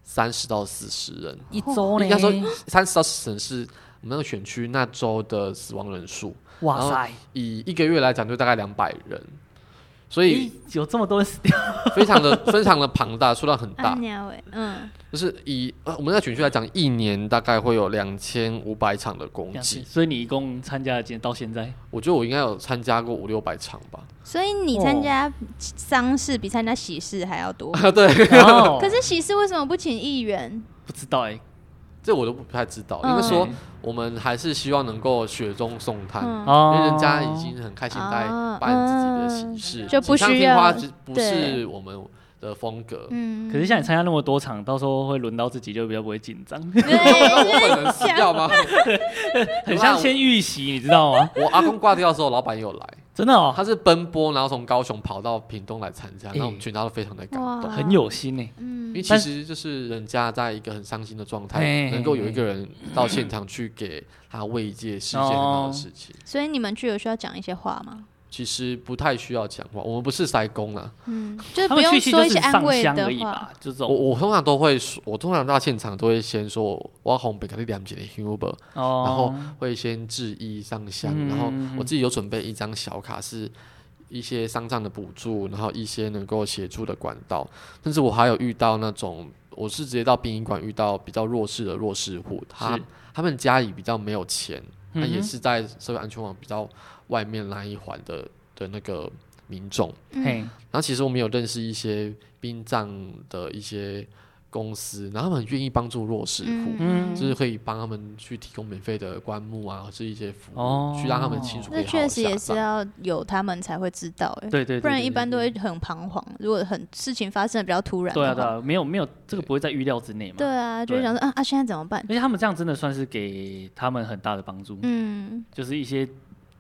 [SPEAKER 3] 三十到四十人，
[SPEAKER 2] 一周呢，
[SPEAKER 3] 应该说三十到四十人是我们那个选区那周的死亡人数。
[SPEAKER 2] 哇塞，
[SPEAKER 3] 以一个月来讲，就大概两百人，所以
[SPEAKER 2] 咦有这么多人死
[SPEAKER 3] 非常的 非常的庞大，数量很
[SPEAKER 1] 啊
[SPEAKER 3] 大。
[SPEAKER 1] 鸟哎，嗯，
[SPEAKER 3] 就是以呃我们那个选区来讲，一年大概会有两千五百场的公
[SPEAKER 1] 啊
[SPEAKER 2] 掉，
[SPEAKER 3] 祭，
[SPEAKER 2] 所以你一共参加了几到现在？
[SPEAKER 3] 我觉得我应该有参加过五六百场吧。
[SPEAKER 1] 所以你参加丧事比参加喜事还要多。
[SPEAKER 3] 啊， 对，
[SPEAKER 2] 哦
[SPEAKER 1] 可是喜事为什么不请议员？
[SPEAKER 2] 不知
[SPEAKER 3] 欸
[SPEAKER 2] 道哎，
[SPEAKER 3] 这我都不太知道，
[SPEAKER 1] 嗯
[SPEAKER 3] 应该说我们还是希望能够雪中送炭。
[SPEAKER 1] 嗯，
[SPEAKER 2] 哦，
[SPEAKER 3] 因为人家已经很开心在办自己的喜事，
[SPEAKER 1] 哦嗯就不
[SPEAKER 3] 锦上
[SPEAKER 1] 需
[SPEAKER 3] 添花
[SPEAKER 1] 要
[SPEAKER 3] 不
[SPEAKER 1] 对
[SPEAKER 3] 是我们的风格。
[SPEAKER 1] 嗯
[SPEAKER 2] 可是像你参加那么多场，到时候会轮到自己就比较不会紧 张，
[SPEAKER 1] 对
[SPEAKER 3] 我本人死掉 吗？
[SPEAKER 2] 很像先预习，你知道吗？
[SPEAKER 3] 我阿公挂掉的时候，老板也有来，
[SPEAKER 2] 真的哦，
[SPEAKER 3] 他是奔波，然后从高雄跑到屏东来参加，
[SPEAKER 2] 欸
[SPEAKER 3] 然后我们全家都非常的感动。
[SPEAKER 1] 哇
[SPEAKER 2] 很有心欸呢。
[SPEAKER 1] 嗯
[SPEAKER 3] 因为其实就是人家在一个很伤心的状态，
[SPEAKER 2] 欸
[SPEAKER 3] 能够有一个人到现场去给他慰藉，是一件很好的事情。
[SPEAKER 1] 所以你们去有需要讲一些话吗？
[SPEAKER 3] 其实不太需要讲话，我们不是塞工啊，
[SPEAKER 1] 嗯，就是
[SPEAKER 2] 他
[SPEAKER 1] 不
[SPEAKER 2] 们
[SPEAKER 1] 用
[SPEAKER 2] 去其实
[SPEAKER 1] 说
[SPEAKER 2] 就
[SPEAKER 1] 一
[SPEAKER 2] 是
[SPEAKER 1] 些安
[SPEAKER 2] 上
[SPEAKER 1] 慰
[SPEAKER 2] 香
[SPEAKER 1] 的
[SPEAKER 2] 而已
[SPEAKER 1] 话。
[SPEAKER 2] 吧，就这
[SPEAKER 3] 我
[SPEAKER 2] 种
[SPEAKER 3] 我通常都会说，我通常到现场都会先说，我要红北跟你两姐的 Uber，
[SPEAKER 2] 哦，
[SPEAKER 3] 然后会先致意上香，
[SPEAKER 2] 嗯
[SPEAKER 3] 然后我自己有准备一张小卡，是一些丧葬的补助，然后一些能够协助的管道。但是我还有遇到那种，我是直接到殡仪馆遇到比较弱势的弱势户，他
[SPEAKER 2] 是
[SPEAKER 3] 他们家里比较没有钱，那、
[SPEAKER 2] 嗯
[SPEAKER 3] 也
[SPEAKER 2] 哼
[SPEAKER 3] 是在社会安全网比较外面那一环的的那个民众。
[SPEAKER 1] 嗯
[SPEAKER 2] 嘿，
[SPEAKER 3] 然后其实我们有认识一些殡葬的一些公司，然后他们很愿意帮助弱势户。
[SPEAKER 2] 嗯
[SPEAKER 3] 就是可以帮他们去提供免费的棺木啊，或是一些服务，
[SPEAKER 2] 哦
[SPEAKER 3] 去让他们亲属可
[SPEAKER 1] 这
[SPEAKER 3] 以好好
[SPEAKER 1] 确实
[SPEAKER 3] 下
[SPEAKER 1] 也是啊
[SPEAKER 3] 葬。
[SPEAKER 1] 要有他们才会知道、哎，
[SPEAKER 2] 对对，对
[SPEAKER 1] 不然一
[SPEAKER 2] 对
[SPEAKER 1] 般
[SPEAKER 2] 对
[SPEAKER 1] 都会很彷徨。如果很事情发生的比较突然的
[SPEAKER 2] 对
[SPEAKER 1] 话，
[SPEAKER 2] 啊对啊，没有没有，这个不会在预料之内嘛。
[SPEAKER 1] 对啊，就会
[SPEAKER 2] 对
[SPEAKER 1] 想说啊啊，现在怎么办
[SPEAKER 2] 而？且他们这样真的算是给他们很大的帮助，
[SPEAKER 1] 嗯，
[SPEAKER 2] 就是一些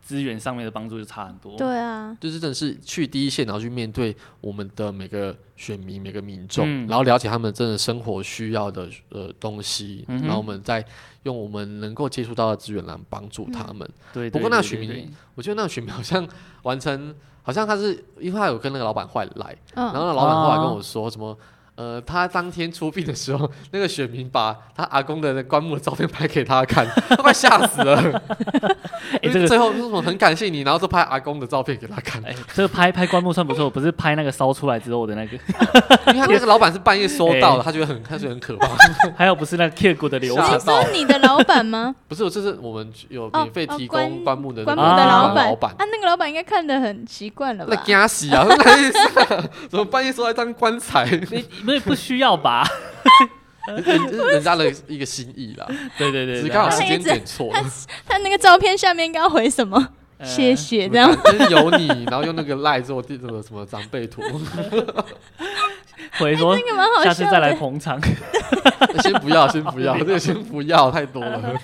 [SPEAKER 2] 资源上面的帮助就差很多。
[SPEAKER 1] 对啊，
[SPEAKER 3] 就是真的是去第一线，然后去面对我们的每个选民、每个民众，
[SPEAKER 2] 嗯
[SPEAKER 3] 然后了解他们真的生活需要的呃东西，
[SPEAKER 2] 嗯哼
[SPEAKER 3] 然后我们再用我们能够接触到的资源来帮助
[SPEAKER 1] 嗯
[SPEAKER 3] 他们。
[SPEAKER 2] 对，
[SPEAKER 3] 不
[SPEAKER 2] 对
[SPEAKER 3] 过那
[SPEAKER 2] 对对
[SPEAKER 3] 个选民
[SPEAKER 2] 对
[SPEAKER 3] 我觉得那个选民好像完成，好像他是因为他有跟那个老板换来，然
[SPEAKER 1] 嗯，
[SPEAKER 3] 后那老板后来跟我说什么？呃，他当天出殡的时候，那个选民把他阿公的那棺木的照片拍给他看，他快吓死了。
[SPEAKER 2] 哎这个
[SPEAKER 3] 最后说什么很感谢你，然后就拍阿公的照片给他看，
[SPEAKER 2] 哎，这个拍拍棺木算不错，不是拍那个烧出来之后的那个，
[SPEAKER 3] 因为他那个老板是半夜收到的，
[SPEAKER 2] 哎
[SPEAKER 3] 他觉得很，他觉得很可怕。
[SPEAKER 2] 还有不是那个 K 骨的流
[SPEAKER 3] 吓
[SPEAKER 1] 你
[SPEAKER 2] 程，
[SPEAKER 3] 到
[SPEAKER 1] 说你的老板吗？
[SPEAKER 3] 不是，这是我们有
[SPEAKER 1] 哦
[SPEAKER 3] 免费
[SPEAKER 1] 哦
[SPEAKER 3] 提供
[SPEAKER 1] 棺
[SPEAKER 3] 棺木的那
[SPEAKER 1] 关
[SPEAKER 3] 个
[SPEAKER 1] 部的
[SPEAKER 2] 啊
[SPEAKER 1] 老板，
[SPEAKER 3] 老板，
[SPEAKER 1] 啊，那个老板应该看得很习惯了
[SPEAKER 3] 那
[SPEAKER 1] 吧？
[SPEAKER 3] 惊死啊！那意思，怎么半夜收来当棺材？
[SPEAKER 2] 你不是不需要吧？
[SPEAKER 3] 人人家的一个心意啦，
[SPEAKER 2] 对对对，哎对
[SPEAKER 3] 只是刚好
[SPEAKER 1] 他
[SPEAKER 3] 时
[SPEAKER 1] 那一
[SPEAKER 3] 间
[SPEAKER 1] 直
[SPEAKER 3] 点错了。
[SPEAKER 1] 他那个照片下面应该要回什么？
[SPEAKER 2] 呃
[SPEAKER 1] 谢谢，这样
[SPEAKER 3] 啊就是有你，然后用那个赖做这个什么长辈图，
[SPEAKER 2] 回说
[SPEAKER 1] 哎那个蛮好
[SPEAKER 2] 下次
[SPEAKER 1] 笑
[SPEAKER 2] 再来
[SPEAKER 1] 的。
[SPEAKER 2] 嗯捧场，
[SPEAKER 3] 先不要，先不要，这个先不要，太多
[SPEAKER 1] 嗯
[SPEAKER 3] 了。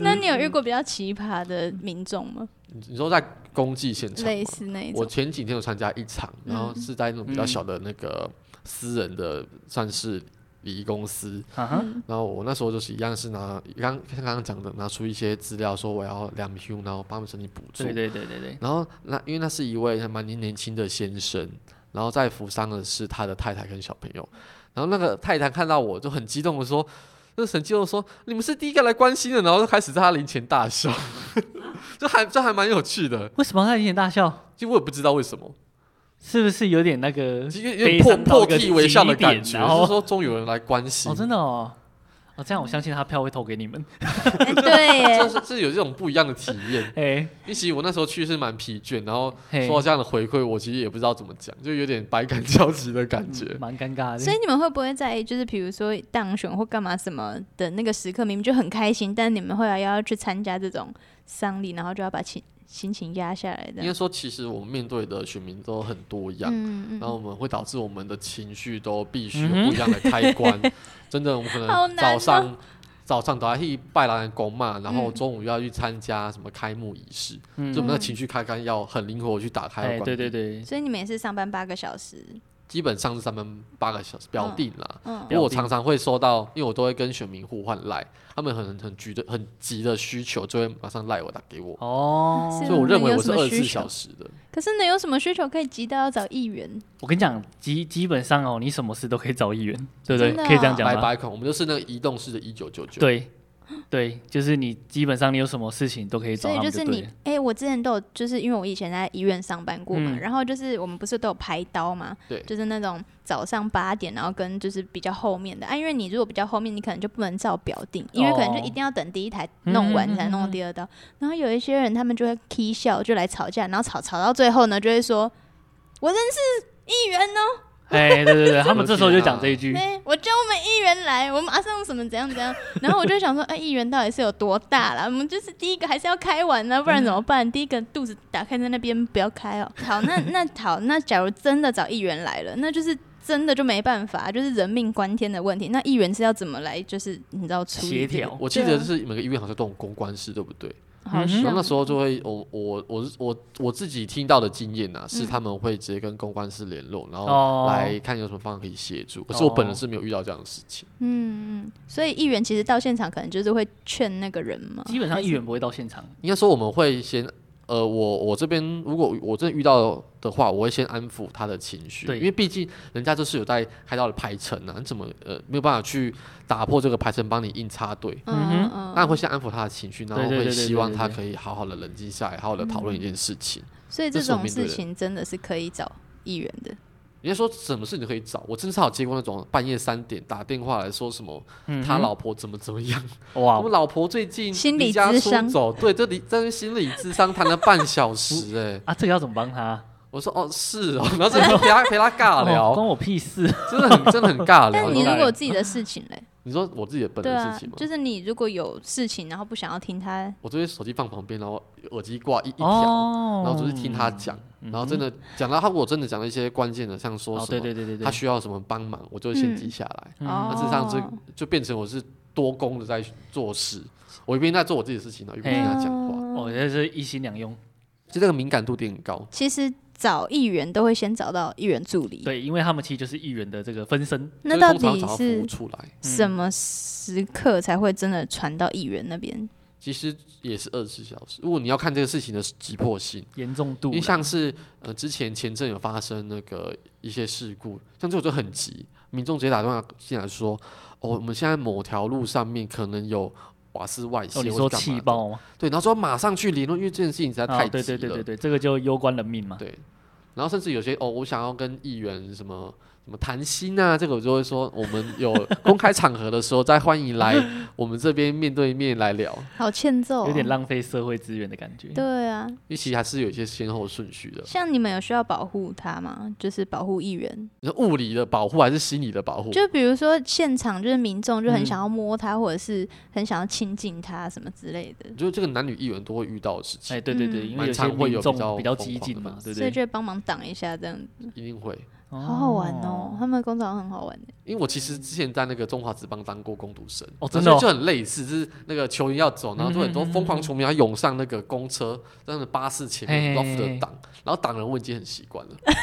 [SPEAKER 1] 那你有遇过比较奇葩的民众吗？
[SPEAKER 3] 你你说在公祭现场吗，
[SPEAKER 1] 类似那一
[SPEAKER 3] 我
[SPEAKER 1] 种，
[SPEAKER 3] 前几天有参加一场，然后
[SPEAKER 1] 嗯
[SPEAKER 3] 是在那种比较小的那个私人的，算是礼仪公司。
[SPEAKER 2] 啊哈，
[SPEAKER 3] 然后我那时候就是一样是拿刚像刚刚讲的，拿出一些资料说我要量 Q，然后帮他们申请补助
[SPEAKER 2] 对。对对对对，
[SPEAKER 3] 然后那因为那是一位还蛮年年轻的先生，然后在扶桑的是他的太太跟小朋友。然后那个太太看到我就很激动的说：“那很激动地说你们是第一个来关心的。”然后就开始在他灵前大笑， 这还这还蛮有趣的。
[SPEAKER 2] 为什么他一点大笑？
[SPEAKER 3] 其实我也不知道为什么，
[SPEAKER 2] 是不是有点那个
[SPEAKER 3] 有点破
[SPEAKER 2] 悲伤到
[SPEAKER 3] 破
[SPEAKER 2] 一个
[SPEAKER 3] 涕为笑的感
[SPEAKER 2] 极
[SPEAKER 3] 觉，
[SPEAKER 2] 点然后
[SPEAKER 3] 就是说终于有人来关心。
[SPEAKER 2] 哦，真的哦，哦，这样我相信他票会投给你们。，
[SPEAKER 1] 哎对
[SPEAKER 3] 就
[SPEAKER 1] 耶，
[SPEAKER 3] 是是有这种不一样的体验
[SPEAKER 2] 哎，
[SPEAKER 3] 因为其实我那时候去是蛮疲倦，然后
[SPEAKER 2] 嘿
[SPEAKER 3] 收到这样的回馈，我其实也不知道怎么讲，就有点百感交集的感觉。
[SPEAKER 2] 嗯蛮尴尬的。
[SPEAKER 1] 所以你们会不会在就是比如说当选或干嘛什么的那个时刻，明明就很开心，但你们后来要去参加这种丧礼，然后就要把情心情压下来
[SPEAKER 3] 应该
[SPEAKER 1] 的？
[SPEAKER 3] 说，其实我们面对的选民都很多样，
[SPEAKER 1] 嗯
[SPEAKER 3] 然后我们会导致我们的情绪都必须有
[SPEAKER 2] 嗯哼
[SPEAKER 3] 不一样的开 关。真的，我们可
[SPEAKER 1] 好
[SPEAKER 3] 能
[SPEAKER 1] 难哦
[SPEAKER 3] 早上、早上都要去拜兰公嘛，然后
[SPEAKER 1] 嗯
[SPEAKER 3] 中午又要去参加什么开幕仪式，
[SPEAKER 2] 嗯
[SPEAKER 3] 就我们的情绪开关要很灵活地去打开和
[SPEAKER 2] 哎，
[SPEAKER 3] 关
[SPEAKER 2] 对对
[SPEAKER 3] 闭
[SPEAKER 2] 对，
[SPEAKER 1] 所以你们也是上班八个小时，
[SPEAKER 3] 基本上是三班八个小时表定啦。
[SPEAKER 1] 嗯
[SPEAKER 3] 因为
[SPEAKER 2] 表
[SPEAKER 3] 我
[SPEAKER 2] 定
[SPEAKER 3] 常常会收到，因为我都会跟选民互换赖，他们很很急的很急的需求，就会马上赖我打给我，
[SPEAKER 2] 哦
[SPEAKER 1] 是，
[SPEAKER 3] 所以我认为
[SPEAKER 1] 啊有
[SPEAKER 3] 我
[SPEAKER 1] 什
[SPEAKER 3] 是
[SPEAKER 1] 么
[SPEAKER 3] 二十
[SPEAKER 1] 需
[SPEAKER 3] 四
[SPEAKER 1] 求
[SPEAKER 3] 小时的。
[SPEAKER 1] 可是能有什么需求可以急到要找议员？
[SPEAKER 2] 我跟你讲，基基本上哦，你什么事都可以找议员，对不对
[SPEAKER 1] 真的？啊
[SPEAKER 2] 可以这样讲
[SPEAKER 3] 啊白
[SPEAKER 2] 吗？
[SPEAKER 3] 白孔，我们就是那个移动式的一九九九。
[SPEAKER 2] 对，对，就是你基本上你有什么事情都可以找
[SPEAKER 1] 所
[SPEAKER 2] 他
[SPEAKER 1] 以
[SPEAKER 2] 们
[SPEAKER 1] 就
[SPEAKER 2] 就是对
[SPEAKER 1] 你
[SPEAKER 2] 了。，
[SPEAKER 1] 哎、我之前都有，就是因为我以前在医院上班过嘛，
[SPEAKER 2] 嗯
[SPEAKER 1] 然后就是我们不是都有排刀嘛，
[SPEAKER 3] 对
[SPEAKER 1] 就是那种早上八点，然后跟就是比较后面的啊，因为你如果比较后面，你可能就不能照表定，因为可能就一定要等第一台弄完
[SPEAKER 2] 哦嗯
[SPEAKER 1] 你才弄第二刀，然后有一些人他们就会 k 笑，就来吵架，然后吵吵到最后呢，就会说，我认识议员哦，
[SPEAKER 2] 哎，对对对，他 们这时候就
[SPEAKER 3] 天啊
[SPEAKER 2] 讲这一句，
[SPEAKER 1] 哎、我叫我们议员来，我马上什么怎样怎样。 然后我就想说，哎、议员到底是有多大啦？我们就是第一个还是要开完呢、不然怎么办？第一个肚子打开在那边，不要开哦。好，那那好，那假如真的找议员来了，那就是真的就没办法，就是人命关天的问题。那议员是要怎么来？就是你知道处理
[SPEAKER 2] 协
[SPEAKER 1] 这个
[SPEAKER 2] 调，
[SPEAKER 3] 我记
[SPEAKER 1] 对
[SPEAKER 3] 得
[SPEAKER 1] 啊
[SPEAKER 3] 是每个医院好像都有公关室，对不对？
[SPEAKER 1] 好
[SPEAKER 2] 嗯
[SPEAKER 1] 像、
[SPEAKER 2] 哼
[SPEAKER 3] 然后那时候就会，我我我我我自己听到的经验呐、是
[SPEAKER 1] 嗯
[SPEAKER 3] 他们会直接跟公关室联络，然
[SPEAKER 2] 哦
[SPEAKER 3] 后来看有什么方法可以协助。可是我本人是没有遇到这样的事情。
[SPEAKER 1] 嗯嗯，所以议员其实到现场可能就是会劝那个人嘛。
[SPEAKER 2] 基本上议员不会到现场。
[SPEAKER 3] 应该说我们会先，呃，我我这边如果我真的遇到的话，我会先安抚他的情绪，
[SPEAKER 2] 对
[SPEAKER 3] 因为毕竟人家就是有在开到的排程啊，你怎么呃没有办法去打破这个排程帮你硬插队？
[SPEAKER 1] 嗯嗯
[SPEAKER 3] 那会先安抚他的情绪，然
[SPEAKER 2] 对
[SPEAKER 3] 后
[SPEAKER 2] 对对
[SPEAKER 3] 会
[SPEAKER 2] 对对
[SPEAKER 3] 希望
[SPEAKER 2] 对
[SPEAKER 3] 他
[SPEAKER 2] 对嗯
[SPEAKER 3] 可以好好的冷静下来，好好的讨论一件事情。
[SPEAKER 1] 所以
[SPEAKER 3] 这
[SPEAKER 1] 这
[SPEAKER 3] 是我
[SPEAKER 1] 种
[SPEAKER 3] 面对
[SPEAKER 1] 事
[SPEAKER 3] 的
[SPEAKER 1] 情真的是可以找议员的。
[SPEAKER 3] 人家说什么事你都可以找，我真是好接过那种半夜三点打电话来说什么
[SPEAKER 2] 嗯
[SPEAKER 3] 他老婆怎么怎么样，
[SPEAKER 2] 哇
[SPEAKER 3] 我们，老婆最近
[SPEAKER 1] 心理
[SPEAKER 3] 离家
[SPEAKER 1] 咨
[SPEAKER 3] 出
[SPEAKER 1] 商
[SPEAKER 3] 走，对，这里在那心理咨商谈了半小 时、哎，
[SPEAKER 2] 啊，这个要怎么帮他？
[SPEAKER 3] 我说哦是哦，然后就陪他陪他尬
[SPEAKER 2] 哦
[SPEAKER 3] 聊，
[SPEAKER 2] 关我屁事。
[SPEAKER 3] 真的很真的很尬聊
[SPEAKER 1] 但。你如
[SPEAKER 2] 来
[SPEAKER 1] 果有自己的事情嘞，
[SPEAKER 3] 你说我自己的本
[SPEAKER 1] 对
[SPEAKER 3] 人事
[SPEAKER 1] 啊
[SPEAKER 3] 情吗，？
[SPEAKER 1] 就是你如果有事情，然后不想要听他，
[SPEAKER 3] 我这边手机放旁边，然后耳机挂一一条，
[SPEAKER 2] 哦
[SPEAKER 3] 然后就是听他讲，然后真的讲到他，我真的讲了一些关键的，像说
[SPEAKER 2] 哦，
[SPEAKER 3] 什
[SPEAKER 2] 对
[SPEAKER 3] 么
[SPEAKER 2] 对对对对，
[SPEAKER 3] 他需要什么帮忙，我就先记下来。
[SPEAKER 2] 嗯
[SPEAKER 1] 哦
[SPEAKER 3] 那事实上就就变成我是多工的在做事，我一边在做我自己的事情，然后一边跟他讲话，
[SPEAKER 1] 嗯
[SPEAKER 2] 我觉得哦是一心两用。
[SPEAKER 3] 就这个敏感度点很高。
[SPEAKER 1] 其实找议员都会先找到议员助理。
[SPEAKER 2] 对，因为他们其实就是议员的这个分身。
[SPEAKER 1] 那
[SPEAKER 3] 就是
[SPEAKER 1] 到
[SPEAKER 3] 通常
[SPEAKER 1] 底
[SPEAKER 3] 找到服务嗯
[SPEAKER 1] 是
[SPEAKER 3] 出来，
[SPEAKER 1] 什么时刻才会真的传到议员那边？
[SPEAKER 3] 其实也是二十四小时。如果你要看这个事情的急迫性，
[SPEAKER 2] 严重度
[SPEAKER 3] 因
[SPEAKER 2] 啦，
[SPEAKER 3] 为像是呃之前前阵有发生那个呃一些事故，像这种就很急，民众直接打电话进来说，哦，我们现在某条路上面可能有。瓦斯外泄、
[SPEAKER 2] 哦，你
[SPEAKER 3] 或
[SPEAKER 2] 说
[SPEAKER 3] 是干嘛
[SPEAKER 2] 气
[SPEAKER 3] 的
[SPEAKER 2] 爆吗？
[SPEAKER 3] 对，然后说马上去联络，因为这件事情实在
[SPEAKER 2] 啊，
[SPEAKER 3] 太急
[SPEAKER 2] 对
[SPEAKER 3] 了。
[SPEAKER 2] 对对对对，这个就攸关人命嘛。
[SPEAKER 3] 对，然后甚至有些哦，我想要跟议员什么什么谈心啊，这个我就会说，我们 有公开场合的时候再欢迎来我们这边面对面来聊，
[SPEAKER 1] 好欠揍、哦
[SPEAKER 2] 有点。浪费社会资源的感觉。
[SPEAKER 1] 对啊，
[SPEAKER 3] 因为其实还是有一些先后顺序的，
[SPEAKER 1] 像你们有需要保护他吗？就是保护议员，
[SPEAKER 3] 你说物理的保护还是心理的保护？
[SPEAKER 1] 就比如说现场就是民众就很
[SPEAKER 2] 嗯
[SPEAKER 1] 想要摸他，或者是很想要亲近他什么之类的，
[SPEAKER 3] 就是这个男女议员都会遇到的事情，
[SPEAKER 2] 哎，对对对，
[SPEAKER 1] 嗯
[SPEAKER 2] 因为有些
[SPEAKER 3] 蛮常会有
[SPEAKER 2] 民
[SPEAKER 3] 比较
[SPEAKER 2] 众比较
[SPEAKER 3] 疯
[SPEAKER 2] 激
[SPEAKER 3] 狂的
[SPEAKER 2] 进嘛
[SPEAKER 3] 嘛，
[SPEAKER 2] 对不
[SPEAKER 1] 所以
[SPEAKER 2] 对？
[SPEAKER 1] 就会帮忙挡一下这样子。
[SPEAKER 3] 一定会。
[SPEAKER 2] 好
[SPEAKER 1] 好好玩哦，他们的工厂很好玩的。欸
[SPEAKER 3] 因为我其实之前在那个中华职棒当过工读生，
[SPEAKER 2] 哦真的哦嗯
[SPEAKER 3] 所以就很类似，就是那个球员要走，然后就很多疯狂球迷要涌上那个公车，在那个巴士前面
[SPEAKER 2] 嘿嘿嘿
[SPEAKER 3] loft 的挡，然后挡人我已经很习 惯了。
[SPEAKER 2] 欸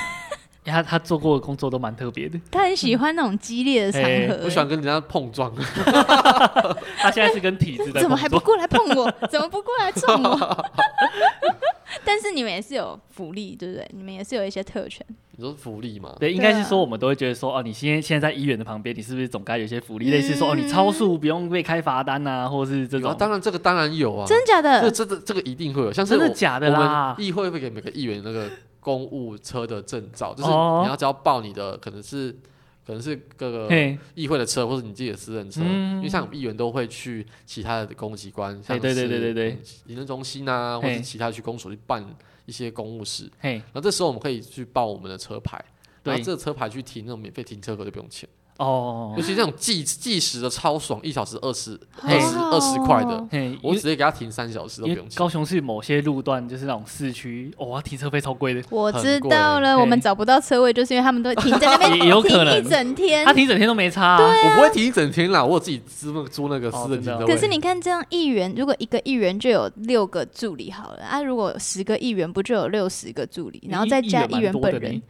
[SPEAKER 2] 他他做过的工作都蛮特别的。
[SPEAKER 1] 他很 喜欢那种激烈的场
[SPEAKER 2] 哎
[SPEAKER 1] 合、
[SPEAKER 3] 我喜欢跟人家碰撞，
[SPEAKER 2] 他现在是跟体制 在
[SPEAKER 1] 怎么
[SPEAKER 2] 工
[SPEAKER 1] 还不
[SPEAKER 2] 作，
[SPEAKER 1] 过来碰我？ 怎么不过来撞我？ 但是你们也是有福利，对不对？你们也是有一些特权。
[SPEAKER 3] 你说福利嘛？
[SPEAKER 2] 对，应
[SPEAKER 1] 对啊
[SPEAKER 2] 该是说我们都会觉得说，哦，你现在现在在医院的旁边，你是不是总该有一些福利，
[SPEAKER 1] 嗯
[SPEAKER 2] 类似说，哦，你超速不用被开罚单呐，或是这
[SPEAKER 3] 有啊，
[SPEAKER 2] 种。
[SPEAKER 3] 当然这个当然有
[SPEAKER 2] 哦
[SPEAKER 3] 啊，
[SPEAKER 1] 真假
[SPEAKER 3] 这
[SPEAKER 1] 的？
[SPEAKER 3] 这这这个一定会有，像是
[SPEAKER 2] 真的
[SPEAKER 3] 我
[SPEAKER 2] 假的啦
[SPEAKER 3] 我们议会会给每个议员那个公务车的证照，就是
[SPEAKER 2] 哦
[SPEAKER 3] 你要只要报你的可能是可能是各个
[SPEAKER 2] 嘿，
[SPEAKER 3] 议会的车或者你自己的私人车，
[SPEAKER 2] 嗯
[SPEAKER 3] 因为像我们议员都会去其他的公机关，像
[SPEAKER 2] 哎对对对对对，
[SPEAKER 3] 行政中心啊，或
[SPEAKER 2] 嘿
[SPEAKER 3] 者其他去公所去办一些公务事，
[SPEAKER 2] 嘿，
[SPEAKER 3] 然后这时候我们可以去报我们的车牌。
[SPEAKER 2] 对
[SPEAKER 3] 然后这个车牌去停那种免费停车格就不用钱，
[SPEAKER 2] 哦
[SPEAKER 3] 尤，其那种计计时的超爽，一小时二十
[SPEAKER 1] 好
[SPEAKER 3] 二十
[SPEAKER 1] 好
[SPEAKER 3] 二十块的
[SPEAKER 1] 哦，
[SPEAKER 2] 嘿，
[SPEAKER 3] 我
[SPEAKER 2] 因
[SPEAKER 3] 直接给他停三小时都
[SPEAKER 2] 因
[SPEAKER 3] 不
[SPEAKER 2] 为
[SPEAKER 3] 用钱。
[SPEAKER 2] 高雄市某些路段就是那种市区，哇、停车费超贵的，
[SPEAKER 1] 我知道了，
[SPEAKER 2] 很贵
[SPEAKER 1] 我们找不到车位，就是因为他们都停在那 边，
[SPEAKER 2] 也有可能
[SPEAKER 1] 停一整天
[SPEAKER 2] 他。停一整天都没差、啊。
[SPEAKER 3] 我不会停一整天啦，我有自己租那个租那个私人停车
[SPEAKER 2] 哦真的
[SPEAKER 3] 位。
[SPEAKER 1] 可是你看，这样议员如果一个议员就有六个助理好了啊，如果有十个议员不就有六十个助理，然后再
[SPEAKER 2] 议
[SPEAKER 1] 加议
[SPEAKER 2] 议员
[SPEAKER 1] 员
[SPEAKER 2] 蛮多的
[SPEAKER 1] 本人
[SPEAKER 2] 呢，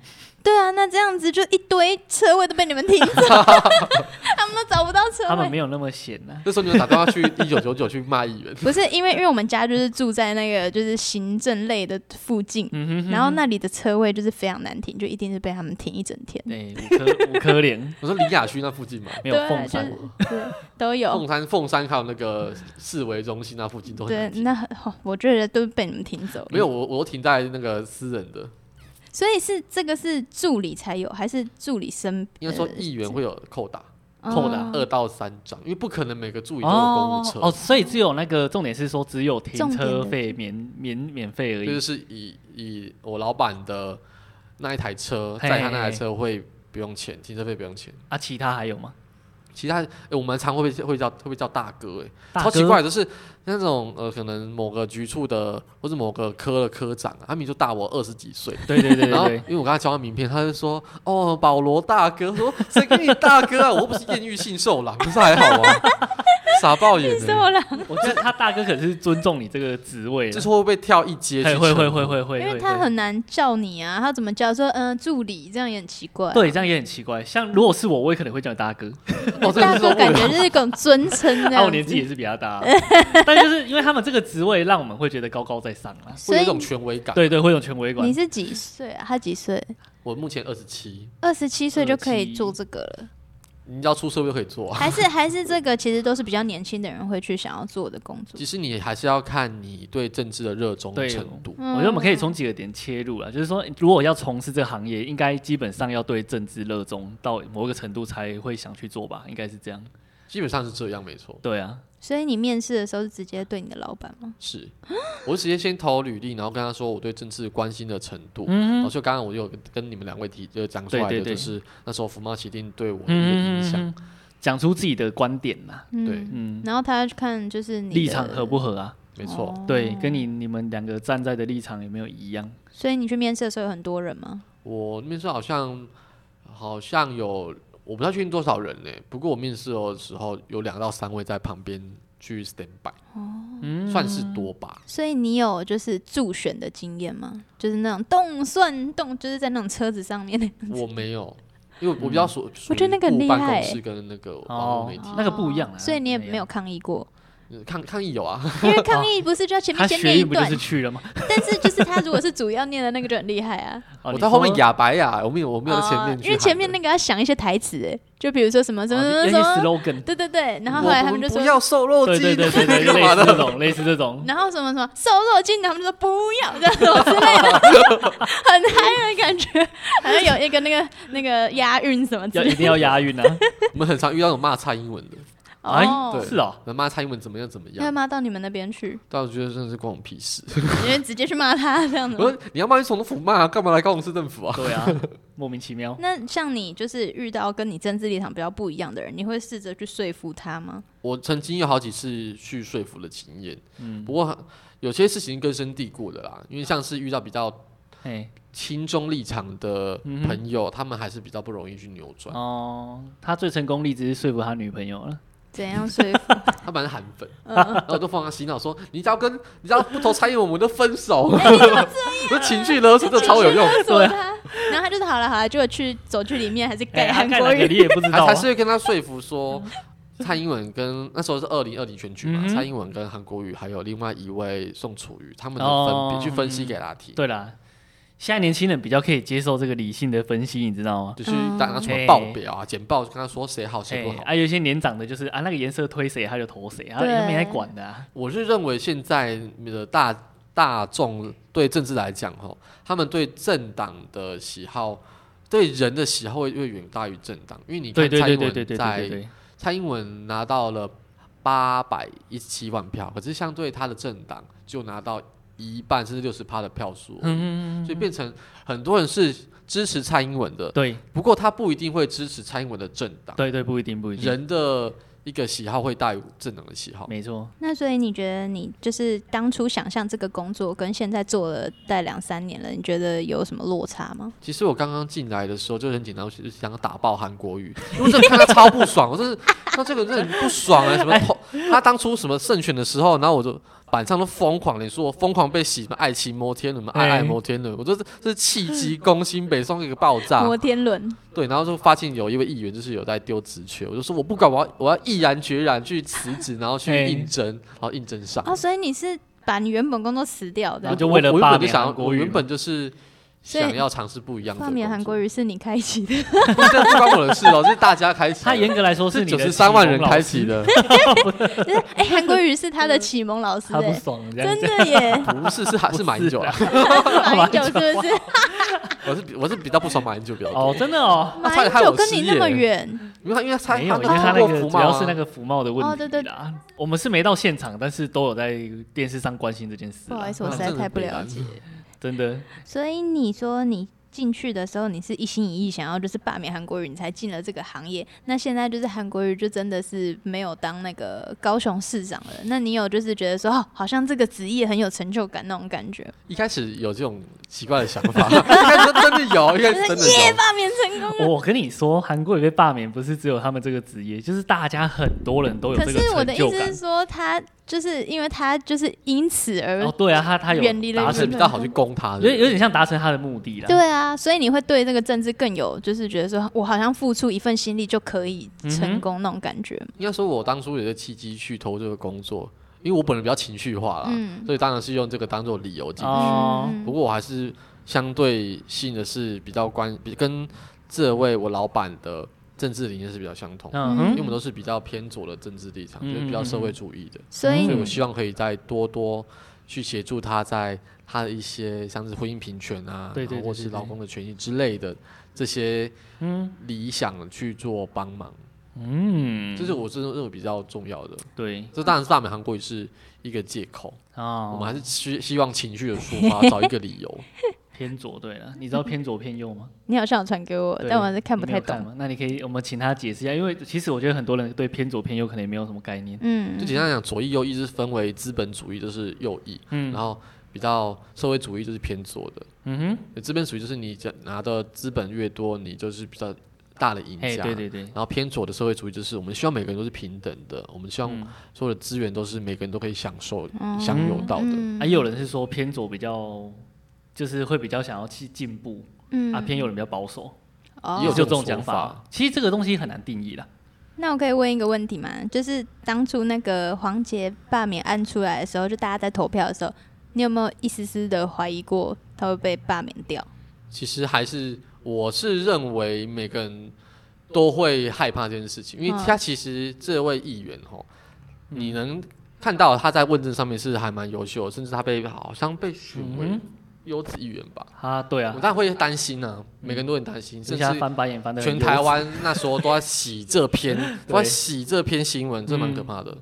[SPEAKER 1] 对啊，那这样子就一堆车位都被你们停 走，他们都找不到车
[SPEAKER 2] 他们
[SPEAKER 1] 位。
[SPEAKER 2] 没有那么闲啊呢、
[SPEAKER 3] 那时候你们打电话去一九九九去骂议员，
[SPEAKER 1] 不是因为因为我们家就是住在那个就是行政类的附近，
[SPEAKER 2] 嗯哼哼
[SPEAKER 1] 然后那里的车位就是非常难停，就一定是被他们停一整天。
[SPEAKER 2] 对，五颗五颗 莲
[SPEAKER 3] 我说林雅区那附近嘛，
[SPEAKER 2] 没有
[SPEAKER 1] 对
[SPEAKER 2] 凤
[SPEAKER 1] 就
[SPEAKER 2] 山，
[SPEAKER 1] 是 对都有
[SPEAKER 3] 凤。山凤山还有那个市委中心那附近都很
[SPEAKER 1] 对
[SPEAKER 3] 难，停。
[SPEAKER 1] 那很哦我觉得都被你们停走了。
[SPEAKER 3] 没有，我我都停在那个私人的，
[SPEAKER 1] 所以是这个是助理才有，还是助理生？
[SPEAKER 3] 应
[SPEAKER 2] 呃
[SPEAKER 3] 该说议员会有扣打，
[SPEAKER 1] 呃
[SPEAKER 2] 扣的啊
[SPEAKER 1] 哦
[SPEAKER 3] 二到三张，因为不可能每个助理都有公务车，
[SPEAKER 2] 哦，所以只有那个重点是说只有停
[SPEAKER 1] 重点
[SPEAKER 2] 车
[SPEAKER 1] 的
[SPEAKER 2] 费免免免费而
[SPEAKER 3] 这就
[SPEAKER 2] 已。
[SPEAKER 3] 是以以我老板的那一台车，
[SPEAKER 2] 嘿
[SPEAKER 3] 载他那台车会不用钱，停车费不用钱。
[SPEAKER 2] 啊，其他还有吗？
[SPEAKER 3] 其他、欸我们常会被会叫会被叫大哥、欸，
[SPEAKER 2] 大
[SPEAKER 3] 超
[SPEAKER 2] 哥
[SPEAKER 3] 奇怪，就是那种呃，可能某个局处的或者某个科的科长、啊，他明明就大我二十几岁。
[SPEAKER 2] 对对对
[SPEAKER 3] 然
[SPEAKER 2] 对
[SPEAKER 3] 后，
[SPEAKER 2] 对
[SPEAKER 3] 因，为我跟他交换名片，他就说：“哦，保罗大哥，我说谁跟你大哥啊？我又不是艳遇性受狼，可是还好啊，傻爆眼
[SPEAKER 1] 是
[SPEAKER 3] 呢、欸。
[SPEAKER 1] 我啦，
[SPEAKER 2] 我觉得他大哥可是尊重你这个职位
[SPEAKER 3] 就
[SPEAKER 2] 的，
[SPEAKER 3] 是会不会跳一阶去
[SPEAKER 2] 会
[SPEAKER 3] 称呼？
[SPEAKER 2] 会会会会会，
[SPEAKER 1] 因为
[SPEAKER 2] 会
[SPEAKER 1] 他很难叫你啊，他怎么叫说嗯、呃助理这样也很奇怪。
[SPEAKER 2] 对，这样也很奇怪。像如果是我，我也可能会叫你大哥，
[SPEAKER 3] 哦，这个
[SPEAKER 1] 大
[SPEAKER 3] 是
[SPEAKER 1] 哥
[SPEAKER 3] 说
[SPEAKER 1] 感觉就是一种尊称这
[SPEAKER 2] 啊，我
[SPEAKER 1] 样
[SPEAKER 2] 年纪
[SPEAKER 1] 子，
[SPEAKER 2] 也是比他大，但就是因为他们这个职位，让我们会觉得高高在上啊。
[SPEAKER 1] 所
[SPEAKER 3] 会有
[SPEAKER 1] 以
[SPEAKER 3] 一种权威感。
[SPEAKER 2] 对对，会有权威
[SPEAKER 1] 你
[SPEAKER 2] 感。
[SPEAKER 1] 是几岁啊？他几岁？
[SPEAKER 3] 我目前二十七，
[SPEAKER 1] 二十七岁就可以
[SPEAKER 2] 27
[SPEAKER 1] 做这个了，
[SPEAKER 3] 你要出社会就可 以做啊。
[SPEAKER 1] 还是还是这个其实都是比较年轻的人会去想要做的工作
[SPEAKER 3] 其。实你还是要看你对政治的热衷
[SPEAKER 2] 对
[SPEAKER 3] 程度。
[SPEAKER 2] 我觉得我们
[SPEAKER 1] 嗯
[SPEAKER 2] 可以从几个点切入啊，就是说，如果要从事这个行业，应该基本上要对政治热衷到某个程度才会想去做吧，应该是这样。
[SPEAKER 3] 基本上是这样，没错。
[SPEAKER 2] 对啊，
[SPEAKER 1] 所以你面试的时候是直接对你的老板吗？
[SPEAKER 3] 是，我直接先投履历，然后跟他说我对政治关心的程度。然后就刚刚我有跟跟你们两位提，就讲出来
[SPEAKER 2] 对
[SPEAKER 3] 的，
[SPEAKER 2] 嗯对对
[SPEAKER 3] 就是那时候福茂协定对我的一个
[SPEAKER 2] 嗯
[SPEAKER 3] 影响。，
[SPEAKER 2] 讲出自己的观点呐，
[SPEAKER 3] 对，
[SPEAKER 2] 嗯，
[SPEAKER 1] 然后他要去看就是你的
[SPEAKER 2] 立场合不合啊？
[SPEAKER 3] 没错，
[SPEAKER 1] 哦
[SPEAKER 2] 对，跟你你们两个站在的立场有没有一样？
[SPEAKER 1] 所以你去面试的时候有很多人吗？
[SPEAKER 3] 我面试好像好像有，我不太确定多少人呢、不过我面试的时候有两到三位在旁边去 stand by，、
[SPEAKER 1] 哦
[SPEAKER 2] 嗯，
[SPEAKER 3] 算是多吧。
[SPEAKER 1] 所以你有就是助选的经验吗？就是那种动算动，就是在那种车子上面的。
[SPEAKER 3] 我没有，因为我比较属，属
[SPEAKER 1] 我觉得那
[SPEAKER 3] 于
[SPEAKER 1] 个很
[SPEAKER 3] 顾
[SPEAKER 1] 厉
[SPEAKER 3] 办
[SPEAKER 1] 害
[SPEAKER 3] 公
[SPEAKER 1] 欸
[SPEAKER 3] 室跟那个网络
[SPEAKER 2] 嗯哦
[SPEAKER 3] 媒体，
[SPEAKER 2] 那个不一样啊
[SPEAKER 1] 所以你也
[SPEAKER 2] 那个不一样
[SPEAKER 1] 没有抗议过，
[SPEAKER 3] 呃抗抗议有啊。
[SPEAKER 1] 因为抗议不是就要前
[SPEAKER 2] 哦他
[SPEAKER 1] 面先
[SPEAKER 2] 学
[SPEAKER 1] 念
[SPEAKER 2] 运
[SPEAKER 1] 一
[SPEAKER 2] 不就
[SPEAKER 1] 段
[SPEAKER 2] 是，去了吗？
[SPEAKER 1] 但是就是他如果是主要念的那个就很厉害啊。
[SPEAKER 2] 哦
[SPEAKER 3] 我
[SPEAKER 2] 你
[SPEAKER 3] 到后面
[SPEAKER 2] 说
[SPEAKER 3] 哑白哑，我没有我没有在
[SPEAKER 1] 哦
[SPEAKER 3] 前面去喊的、
[SPEAKER 1] 因为前面那个要想一些台词，哎就比如说什么什么
[SPEAKER 2] 哦
[SPEAKER 1] 什么
[SPEAKER 2] 那
[SPEAKER 1] 什
[SPEAKER 2] 些
[SPEAKER 1] 么，
[SPEAKER 2] slogan，
[SPEAKER 1] 对对对，然后
[SPEAKER 3] 我
[SPEAKER 1] 后来
[SPEAKER 3] 们
[SPEAKER 1] 他们就说
[SPEAKER 3] 不，要瘦肉
[SPEAKER 2] 对
[SPEAKER 3] 精，
[SPEAKER 2] 对对对对，
[SPEAKER 3] 干
[SPEAKER 2] 类
[SPEAKER 3] 嘛
[SPEAKER 2] 似这
[SPEAKER 3] 的？
[SPEAKER 2] 种，类似这种。
[SPEAKER 1] 然后什么什么瘦肉精，他们就说不要 这样什么之类的，很嗨的感觉， 好像有一个那个那个押韵什么之
[SPEAKER 2] 要
[SPEAKER 1] 类
[SPEAKER 2] 一
[SPEAKER 1] 的。
[SPEAKER 2] 定要押韵啊！
[SPEAKER 3] 我们很常遇到那种骂蔡英文的，
[SPEAKER 2] 哎
[SPEAKER 1] 哦，
[SPEAKER 3] 对
[SPEAKER 2] 是哦，
[SPEAKER 3] 那骂蔡英文怎么样怎么
[SPEAKER 1] 要
[SPEAKER 3] 样，
[SPEAKER 1] 骂到你们那边去，
[SPEAKER 3] 但我觉得真的是关我屁事。
[SPEAKER 1] 因为直接去骂他这样子
[SPEAKER 3] 我。说你要骂就总统府骂，啊干嘛来高雄市政府啊？
[SPEAKER 2] 对啊，莫名其妙。
[SPEAKER 1] 那像你就是遇到跟你政治立场比较不一样的人，你会试着去说服他吗？
[SPEAKER 3] 我曾经有好几次去说服的经验，嗯，不过有些事情根深蒂固的啦，因为像是遇到比较
[SPEAKER 2] 哎，
[SPEAKER 3] 亲中立场的
[SPEAKER 2] 嗯哼
[SPEAKER 3] 朋友，他们还是比较不容易去扭转，
[SPEAKER 2] 哦，他最成功例子是说服他女朋友 了，
[SPEAKER 1] 怎样说 服？
[SPEAKER 3] 他们还是韩粉，然后我就放他洗脑说，你只要跟你只要不投蔡英文，我们就分手。这情绪勒索这超有用，
[SPEAKER 1] 对他，然后他就是好了好了，就去走去里面还是
[SPEAKER 2] 啊哎
[SPEAKER 1] 改
[SPEAKER 2] 他
[SPEAKER 1] 韩
[SPEAKER 2] 看
[SPEAKER 1] 国
[SPEAKER 2] 哪个你
[SPEAKER 1] 语，
[SPEAKER 2] 也不知
[SPEAKER 3] 还
[SPEAKER 2] 道啊
[SPEAKER 3] 还，是会跟他说服说，蔡英文跟那时候是二零二零选举嘛，
[SPEAKER 2] 嗯哼
[SPEAKER 3] 蔡英文跟韩国瑜还有另外一位宋楚瑜，他们的分别、
[SPEAKER 2] 哦
[SPEAKER 3] 去分析给他听，
[SPEAKER 2] 对啦，现在年轻人比较可以接受这个理性的分析，你知道吗？
[SPEAKER 3] 就是
[SPEAKER 1] 嗯
[SPEAKER 3] 大家什么
[SPEAKER 2] 嘿
[SPEAKER 3] 报表啊、简报，跟他说谁好谁
[SPEAKER 2] 哎
[SPEAKER 3] 不好，。
[SPEAKER 2] 啊，有一些年长的就是啊，那个颜色推谁他就投谁，啊，
[SPEAKER 1] 对
[SPEAKER 2] 又没来管的啊，
[SPEAKER 3] 我是认为现在的大大众对政治来讲，吼，他们对政党的喜好，对人的喜好会会远大于政党，因为你
[SPEAKER 2] 对
[SPEAKER 3] 看
[SPEAKER 2] 对
[SPEAKER 3] 蔡
[SPEAKER 2] 对
[SPEAKER 3] 英
[SPEAKER 2] 对对
[SPEAKER 3] 文
[SPEAKER 2] 对对
[SPEAKER 3] 在
[SPEAKER 2] 对，
[SPEAKER 3] 蔡英文拿到了八百一十七万票，可是相对他的政党就拿到一半甚至六十趴的票数，
[SPEAKER 2] 嗯，
[SPEAKER 3] 所以变成很多人是支持蔡英文的，
[SPEAKER 2] 对
[SPEAKER 3] 不过他不一定会支持蔡英文的政党，
[SPEAKER 2] 对对，不一定不一定，
[SPEAKER 3] 人的一个喜好会大于政党的喜好。
[SPEAKER 2] 没错，
[SPEAKER 1] 那所以你觉得你就是当初想象这个工作跟现在做了大概两三年了，你觉得有什么落差吗？
[SPEAKER 3] 其实我刚刚进来的时候就很紧张，就是想要打爆韩国瑜， 因为我真的看他超不爽，我真是，那这个人很不 爽啊！什么投他当初什么胜选的时候，然后我就板上都疯狂，你说我疯狂被洗什么爱情摩天轮、什么
[SPEAKER 2] 哎
[SPEAKER 3] 爱爱摩天轮，我就是这是气急攻心，北宋一个爆炸。
[SPEAKER 1] 摩天轮，
[SPEAKER 3] 对，然后就发现有一位议员就是有在丢职缺，我就说我不管，我要我要毅然决然去辞职，然后去
[SPEAKER 2] 哎
[SPEAKER 3] 应征，然后应征上。
[SPEAKER 1] 哦，所以你是把你原本工作辞掉
[SPEAKER 2] 然
[SPEAKER 1] 的，
[SPEAKER 2] 后就为了
[SPEAKER 3] 我我原
[SPEAKER 2] 罢
[SPEAKER 3] 本就
[SPEAKER 2] 免
[SPEAKER 3] 想要
[SPEAKER 2] 韩，国
[SPEAKER 3] 我
[SPEAKER 2] 瑜
[SPEAKER 3] 原
[SPEAKER 2] 嘛
[SPEAKER 3] 本就是想要尝试不一样的
[SPEAKER 1] 罢
[SPEAKER 3] 工
[SPEAKER 1] 免韩
[SPEAKER 3] 作。
[SPEAKER 1] 国瑜是你开启 的，
[SPEAKER 3] 这不关我的 事哦，这是大家开始的。
[SPEAKER 2] 他严格来说
[SPEAKER 3] 是
[SPEAKER 2] 你
[SPEAKER 3] 九
[SPEAKER 2] 的
[SPEAKER 3] 十三万人
[SPEAKER 2] 启蒙老
[SPEAKER 3] 开
[SPEAKER 2] 师，
[SPEAKER 3] 启的，，
[SPEAKER 1] 就是 哎，韩、国瑜是他的启蒙老师、
[SPEAKER 2] 他不
[SPEAKER 1] 哎，
[SPEAKER 2] 爽人家
[SPEAKER 1] 真的耶
[SPEAKER 3] 不是是还是马英九啊，
[SPEAKER 1] 马英九是不 是？
[SPEAKER 3] 我是比我是比较不爽马英九比较多
[SPEAKER 2] 哦，，真的哦，
[SPEAKER 1] 马英九跟你那么远，
[SPEAKER 3] 因为他因为他
[SPEAKER 2] 没有，因为
[SPEAKER 3] 他
[SPEAKER 2] 他
[SPEAKER 3] 通
[SPEAKER 2] 那
[SPEAKER 3] 过
[SPEAKER 2] 个
[SPEAKER 3] 服
[SPEAKER 2] 主
[SPEAKER 3] 贸
[SPEAKER 2] 要是那
[SPEAKER 3] 啊，
[SPEAKER 2] 个服贸的问题
[SPEAKER 1] 哦对对
[SPEAKER 2] 啦。我们是没到现场，但是都有在电视上关心这件事
[SPEAKER 1] 不
[SPEAKER 2] 啦。
[SPEAKER 1] 好意思，我实
[SPEAKER 3] 那
[SPEAKER 1] 在
[SPEAKER 3] 真的
[SPEAKER 1] 太不
[SPEAKER 3] 北
[SPEAKER 1] 了
[SPEAKER 3] 蓝
[SPEAKER 1] 解。
[SPEAKER 2] 真的，
[SPEAKER 1] 所以你说你进去的时候，你是一心一意想要就是罢免韩国瑜，你才进了这个行业。那现在就是韩国瑜就真的是没有当那个高雄市长了。那你有就是觉得说，哦，好像这个职业很有成就感那种感觉，
[SPEAKER 3] 一开始有这种奇怪的想 法，一开始真的有，一开
[SPEAKER 1] 就
[SPEAKER 3] 哎始真的
[SPEAKER 1] 是耶
[SPEAKER 3] 有。
[SPEAKER 1] 罢免成功。
[SPEAKER 2] 我跟你说，韩国瑜被罢免不是只有他们这个职业，就是大家很多人都有
[SPEAKER 1] 可
[SPEAKER 2] 这个
[SPEAKER 1] 是我的
[SPEAKER 2] 成
[SPEAKER 1] 意
[SPEAKER 2] 就
[SPEAKER 1] 思
[SPEAKER 2] 感
[SPEAKER 1] 是。说，他就是因为他就是因此而、
[SPEAKER 2] 哦，对啊，他他有
[SPEAKER 1] 远离了
[SPEAKER 2] 达
[SPEAKER 3] 他
[SPEAKER 1] 原
[SPEAKER 3] 是
[SPEAKER 2] 成
[SPEAKER 1] 本
[SPEAKER 3] 比较好去攻他
[SPEAKER 2] 有有
[SPEAKER 3] 的，
[SPEAKER 2] 点像达成他的目的啦。
[SPEAKER 1] 对啊，所以你会对这个政治更有就是觉得说，我好像付出一份心力就可以
[SPEAKER 3] 嗯
[SPEAKER 1] 成功那种感觉。
[SPEAKER 3] 应该说我当初也是契机去投这个工作，因为我本人比较情绪化啦，
[SPEAKER 1] 嗯
[SPEAKER 3] 所以当然是用这个当做理由进去。
[SPEAKER 2] 哦，
[SPEAKER 1] 嗯
[SPEAKER 3] 不过我还是相对性的是比较关，比跟这位我老板的政治理念是比较相同的。
[SPEAKER 2] 嗯
[SPEAKER 3] 因为
[SPEAKER 2] 哼，
[SPEAKER 3] 我们都是比较偏左的政治立场，
[SPEAKER 2] 嗯哎
[SPEAKER 3] 就是比较社会主义的，
[SPEAKER 1] 所以
[SPEAKER 3] 嗯所以
[SPEAKER 1] 你
[SPEAKER 3] 我希望可以再多多去协助他在他的一些像是婚姻平权啊，
[SPEAKER 2] 对对对
[SPEAKER 3] 然后或是
[SPEAKER 2] 对对
[SPEAKER 3] 劳工的权益之类的这些
[SPEAKER 2] 嗯
[SPEAKER 3] 理想去做帮忙，
[SPEAKER 2] 嗯，
[SPEAKER 3] 这是我真的认为比较重要的。
[SPEAKER 2] 对
[SPEAKER 3] 这当然是大美韩国语是一个借口，我们
[SPEAKER 2] 哦，
[SPEAKER 3] 还是希希望情绪的抒发找一个理由。
[SPEAKER 2] 偏左对了， 你知道偏左偏右吗？
[SPEAKER 1] 你好像有传给我，
[SPEAKER 2] 对
[SPEAKER 1] 但我是看不
[SPEAKER 2] 你没
[SPEAKER 1] 太
[SPEAKER 2] 有看
[SPEAKER 1] 懂。
[SPEAKER 2] 嘛。那你可以，我们请他解释一下，因为其实我觉得很多人对偏左偏右可能也没有什么概念。
[SPEAKER 1] 嗯
[SPEAKER 3] 就，简单讲，左翼右翼是分为资本主义就是右翼，
[SPEAKER 2] 嗯
[SPEAKER 3] 然后比较社会主义就是偏左的。
[SPEAKER 2] 嗯哼，
[SPEAKER 3] 资本主义就是你拿的资本越多，你就是比较大的赢
[SPEAKER 2] 哎，
[SPEAKER 3] 家。
[SPEAKER 2] 对对对，
[SPEAKER 3] 然后偏左的社会主义就是我们希望每个人都是平等的，我们希望
[SPEAKER 2] 嗯
[SPEAKER 3] 所有的资源都是每个人都可以享受、享有到的。
[SPEAKER 1] 嗯
[SPEAKER 2] 啊，也有人是说偏左比较，就是会比较想要去进步，
[SPEAKER 1] 嗯
[SPEAKER 2] 啊，偏右人比较保守，
[SPEAKER 1] 哦
[SPEAKER 3] 也有
[SPEAKER 2] 就
[SPEAKER 3] 这
[SPEAKER 2] 这
[SPEAKER 3] 种
[SPEAKER 2] 种讲
[SPEAKER 3] 说法
[SPEAKER 2] 法。其实这个东西很难定义啦。
[SPEAKER 1] 那我可以问一个问题吗？就是当初那个黄杰罢免案出来的时候，就大家在投票的时候，你有没有一丝丝的怀疑过他会被罢免掉？
[SPEAKER 3] 其实还是我是认为每个人都会害怕这件事情，因为
[SPEAKER 1] 嗯
[SPEAKER 3] 他其实这位议员吼，你能看到他在问政上面是还蛮优秀的，甚至他被好像被选为
[SPEAKER 2] 嗯
[SPEAKER 3] 优质议员吧。
[SPEAKER 2] 啊，对啊嗯
[SPEAKER 3] 我，当然会担心啊，每个人都很担心，
[SPEAKER 2] 人
[SPEAKER 3] 甚
[SPEAKER 2] 家
[SPEAKER 3] 至
[SPEAKER 2] 翻白眼翻的
[SPEAKER 3] 全台，湾那时候都在洗这 篇，都在洗这篇新闻，这蛮
[SPEAKER 2] 嗯
[SPEAKER 3] 可怕的。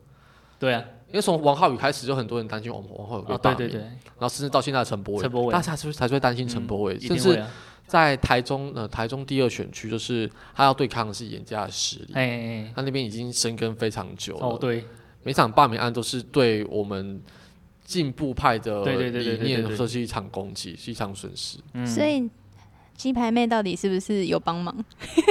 [SPEAKER 2] 对啊，
[SPEAKER 3] 因为从王浩宇开始，就很多人担心王王浩宇被
[SPEAKER 2] 啊，
[SPEAKER 3] 罢
[SPEAKER 2] 对
[SPEAKER 3] 免，
[SPEAKER 2] 对对，
[SPEAKER 3] 然后甚至到现在的陈柏伟，
[SPEAKER 2] 陈柏惟
[SPEAKER 3] 大家是不是才会担心陈
[SPEAKER 2] 嗯
[SPEAKER 3] 柏伟？
[SPEAKER 2] 一
[SPEAKER 3] 甚
[SPEAKER 2] 定会
[SPEAKER 3] 至
[SPEAKER 2] 啊，
[SPEAKER 3] 在台中呃台中第二选区，就是他要对抗的是严家的实力，
[SPEAKER 2] 哎哦哎，哎
[SPEAKER 3] 他那边已经生根非常久了。
[SPEAKER 2] 哦，对，
[SPEAKER 3] 每场罢免案都是对我们进步派的
[SPEAKER 2] 对对对对对
[SPEAKER 3] 理
[SPEAKER 2] 对
[SPEAKER 3] 念，
[SPEAKER 2] 对
[SPEAKER 3] 这是一场攻击，是一场损失。
[SPEAKER 2] 嗯
[SPEAKER 1] 所以鸡排妹到底是不是有帮忙？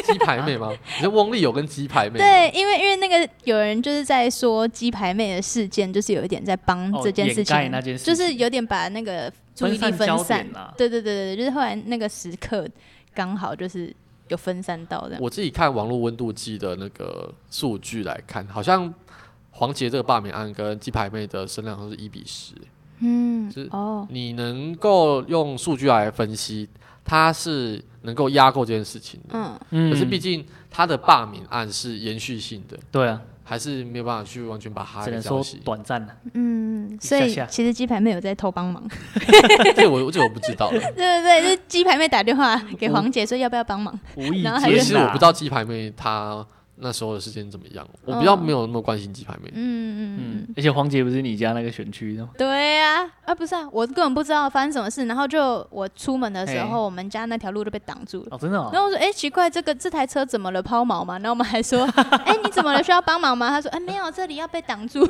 [SPEAKER 3] 鸡排 妹吗？你说翁立友跟鸡排妹？
[SPEAKER 1] 对，，因为因为那个有人就是在说鸡排妹的事件，就是有一点在帮
[SPEAKER 2] 哦
[SPEAKER 1] 嗯这件事情，
[SPEAKER 2] 掩盖那件事情
[SPEAKER 1] 就是有点把那个注意力
[SPEAKER 2] 分散焦
[SPEAKER 1] 分散
[SPEAKER 2] 点啦。
[SPEAKER 1] 对对对对，对就是后来那个时刻刚好就是有分散到的。
[SPEAKER 3] 我自己看网络温度计的那个数据来看，好像黄杰这个罢免案跟鸡排妹的声量都是一比十。
[SPEAKER 1] 嗯
[SPEAKER 3] 是，
[SPEAKER 1] 哦，
[SPEAKER 3] 你能够用数据来分析，它是能够压过这件事情的。
[SPEAKER 1] 嗯，
[SPEAKER 2] 嗯
[SPEAKER 3] 可是毕竟它的罢免案是延续性的，
[SPEAKER 2] 对啊，
[SPEAKER 3] 还是没有办法去完全把它
[SPEAKER 2] 只
[SPEAKER 3] 给
[SPEAKER 2] 能
[SPEAKER 3] 消
[SPEAKER 2] 说
[SPEAKER 3] 息。
[SPEAKER 2] 短暂啊了。
[SPEAKER 1] 嗯，
[SPEAKER 2] 一
[SPEAKER 1] 所以
[SPEAKER 2] 下下
[SPEAKER 1] 其实鸡排妹有在偷帮忙，
[SPEAKER 3] 这我这我不知道了。
[SPEAKER 1] 对对对，就是鸡排妹打电话给黄姐说要不要帮 忙，
[SPEAKER 2] 无意
[SPEAKER 1] 然后还
[SPEAKER 2] 间啊
[SPEAKER 3] 所
[SPEAKER 1] 有
[SPEAKER 3] 以
[SPEAKER 2] 呐，
[SPEAKER 3] 其实我不知道鸡排妹她那时候的事件怎么样，我比较没有那么关心鸡排妹。
[SPEAKER 1] 嗯嗯嗯
[SPEAKER 2] 嗯，，而且黄杰不是你家那个选区的吗？
[SPEAKER 1] 对呀、啊，不是啊，我根本不知道发生什么事，然后就我出门的时候，我们家那条路就被挡住了。
[SPEAKER 2] 哦，真的
[SPEAKER 1] 然
[SPEAKER 2] 哎哦，
[SPEAKER 1] 后我说：“哎、奇怪，这个这台车怎么了？抛锚吗？”然后我们还 说：“哎、你怎么了？需要帮忙吗？”他说：“哎、没有，这里要被挡住，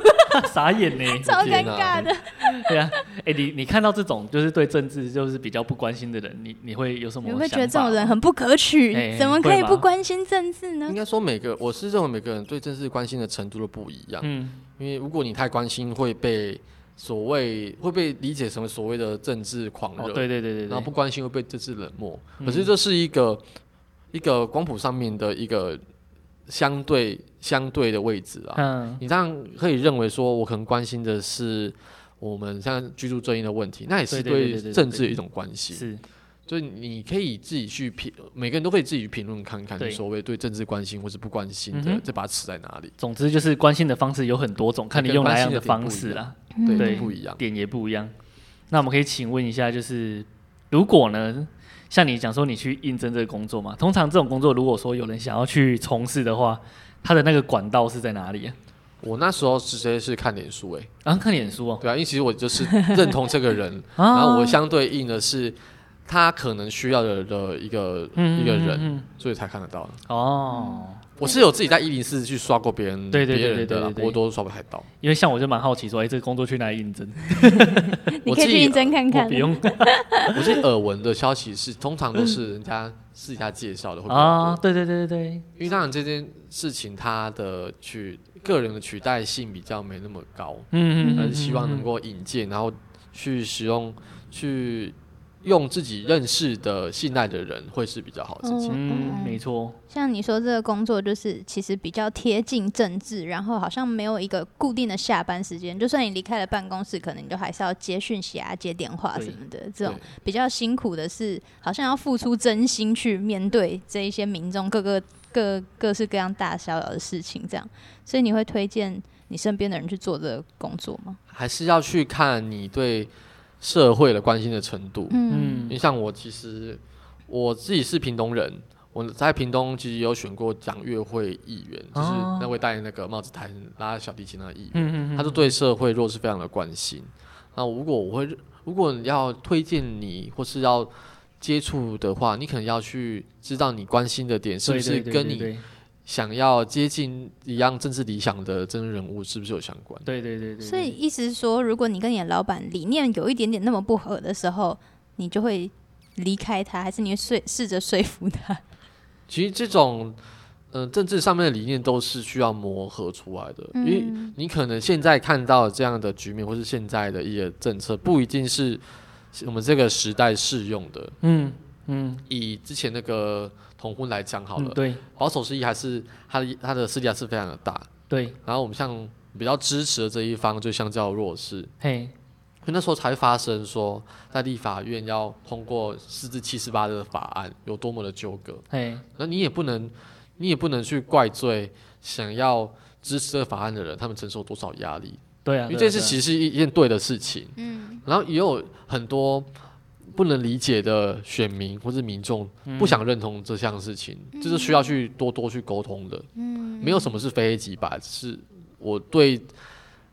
[SPEAKER 2] 傻眼呢。
[SPEAKER 1] 超尴
[SPEAKER 3] 天哪
[SPEAKER 1] 尬的。
[SPEAKER 2] 对啊，哎，你你看到这种就是对政治就是比较不关心的人，你你会有什”么
[SPEAKER 1] 你
[SPEAKER 2] 想法？
[SPEAKER 1] 会觉得这种人很不可取，
[SPEAKER 2] 哎
[SPEAKER 1] 怎么可以
[SPEAKER 2] 会吗
[SPEAKER 1] 不关心政治呢
[SPEAKER 3] 应？该说每个，我是认为每个人对政治关心的程度都不一样。
[SPEAKER 2] 嗯，
[SPEAKER 3] 因为如果你太关心，会被所谓会被理解成为所谓的政治狂热，
[SPEAKER 2] 哦，对对对对
[SPEAKER 3] 然后不
[SPEAKER 2] 对，
[SPEAKER 3] 关心会被政治冷漠。
[SPEAKER 2] 嗯
[SPEAKER 3] 可是这是一个一个光谱上面的一个相对相对的位置啊。
[SPEAKER 2] 嗯，
[SPEAKER 3] 你这样可以认为说，我可能关心的是我们现在居住正义的问题，那也是
[SPEAKER 2] 对对对
[SPEAKER 3] 对
[SPEAKER 2] 对对对
[SPEAKER 3] 政治的一种关系。
[SPEAKER 2] 是，
[SPEAKER 3] 所以你可以自己去评，每个人都可以自己去评论看看，
[SPEAKER 2] 对
[SPEAKER 3] 所谓对政治关心或是不关心
[SPEAKER 2] 嗯
[SPEAKER 3] 的
[SPEAKER 2] 哼
[SPEAKER 3] 这把尺在哪里，
[SPEAKER 2] 总之就是关心的方式有很多种，看你用哪样的方式啦，
[SPEAKER 1] 嗯
[SPEAKER 3] 对，
[SPEAKER 2] 对
[SPEAKER 3] 不一样。
[SPEAKER 2] 点也不一样。那我们可以请问一下，就是如果呢，像你讲说你去应征这个工作嘛，通常这种工作如果说有人想要去从事的话，他的那个管道是在哪里啊？
[SPEAKER 3] 我那时候直接是看脸书、欸，
[SPEAKER 2] 啊，看脸书哦，
[SPEAKER 3] 对啊，因为其实我就是认同这 个人，
[SPEAKER 2] 啊
[SPEAKER 3] 然
[SPEAKER 1] 哦
[SPEAKER 3] 后我相对应的是他可能需要的的一个、一个人，嗯
[SPEAKER 2] 嗯嗯嗯
[SPEAKER 3] 所以才看得到。
[SPEAKER 2] 哦。
[SPEAKER 3] 我是有自己在一零四去刷过别人
[SPEAKER 2] 对对对
[SPEAKER 3] 别人的啦，
[SPEAKER 2] 对对对
[SPEAKER 3] 不过都刷不太到。
[SPEAKER 2] 因为像我就蛮好奇说，哎、这个工作去哪里应征？
[SPEAKER 1] 你
[SPEAKER 3] 我
[SPEAKER 1] 可以
[SPEAKER 3] 自
[SPEAKER 1] 去
[SPEAKER 3] 己
[SPEAKER 1] 应征看
[SPEAKER 2] 我
[SPEAKER 1] 看
[SPEAKER 2] 不。用
[SPEAKER 3] 我自己耳闻的消息是，通常都是人家私底下介绍的会比
[SPEAKER 2] 嗯
[SPEAKER 3] 较
[SPEAKER 2] 啊，
[SPEAKER 3] 多，
[SPEAKER 2] 对对对对对，
[SPEAKER 3] 因为当然这件事情它的取个人的取代性比较没那么高，
[SPEAKER 2] 嗯嗯嗯，
[SPEAKER 3] 还
[SPEAKER 2] 嗯
[SPEAKER 3] 是希望能够引荐，然后去使用去。用自己认识的、信赖的人会是比较好的事情。
[SPEAKER 1] 哦
[SPEAKER 2] 嗯，没错，
[SPEAKER 1] 像你说这个工作，就是其实比较贴近政治，然后好像没有一个固定的下班时间，就算你离开了办公室，可能你就还是要接讯息啊、接电话什么的。这种
[SPEAKER 3] 对
[SPEAKER 1] 比较辛苦的是，好像要付出真心去面对这一些民众各个各各式各样大小小的事情，这样。所以你会推荐你身边的人去做这个工作吗？
[SPEAKER 3] 还是要去看你对社会的关心的程度。
[SPEAKER 1] 嗯
[SPEAKER 3] 因
[SPEAKER 2] 嗯
[SPEAKER 3] 为像我其实我自己是屏东人，我在屏东其实有选过蒋月会议员，就是
[SPEAKER 2] 哦
[SPEAKER 3] 那位戴那个帽子弹拉小提琴那个议员，
[SPEAKER 2] 嗯嗯，
[SPEAKER 3] 他就对社会弱是非常的关心。那如果我会，如果你要推荐你或是要接触的话，你可能要去知道你关心的点是不
[SPEAKER 2] 对
[SPEAKER 3] 是
[SPEAKER 2] 对对
[SPEAKER 3] 跟
[SPEAKER 2] 对
[SPEAKER 3] 你想要接近一样政治理想的政治人物是不是有相关？
[SPEAKER 2] 对对对对，
[SPEAKER 1] 所以
[SPEAKER 2] 对
[SPEAKER 1] 意思是说，如果你跟你的老板理念有一点点那么不合的时候，你就会离开他，还是你会说试着说服他？
[SPEAKER 3] 其实这种，呃，政治上面的理念都是需要磨合出来的， 因为
[SPEAKER 1] 嗯
[SPEAKER 3] 你可能现在看到这样的局面，或是现在的一些政策，不一定是我们这个时代适用的。
[SPEAKER 2] 嗯嗯
[SPEAKER 3] 以之前那个同婚来讲好
[SPEAKER 2] 嗯
[SPEAKER 3] 了，
[SPEAKER 2] 对
[SPEAKER 3] 保守势力还是它的它的势力还是非常的大，
[SPEAKER 2] 对，
[SPEAKER 3] 然后我们像比较支持的这一方就相较弱势。
[SPEAKER 2] 嘿，
[SPEAKER 3] 所以那时候才会发生说，在立法院要通过四至七十八的法案有多么的纠葛。
[SPEAKER 2] 嘿，
[SPEAKER 3] 那你也不能，你也不能去怪罪想要支持这个法案的人，他们承受多少压力，
[SPEAKER 2] 对啊，
[SPEAKER 3] 因为
[SPEAKER 2] 对
[SPEAKER 3] 这
[SPEAKER 2] 啊
[SPEAKER 3] 是其
[SPEAKER 2] 对啊
[SPEAKER 3] 实是一件对的事情。
[SPEAKER 1] 嗯，
[SPEAKER 3] 然后也有很多不能理解的选民或是民众
[SPEAKER 2] 嗯
[SPEAKER 3] 不想认同这项事情，这是需要去多多去沟通的。嗯，没有什么是非黑即白，只是我对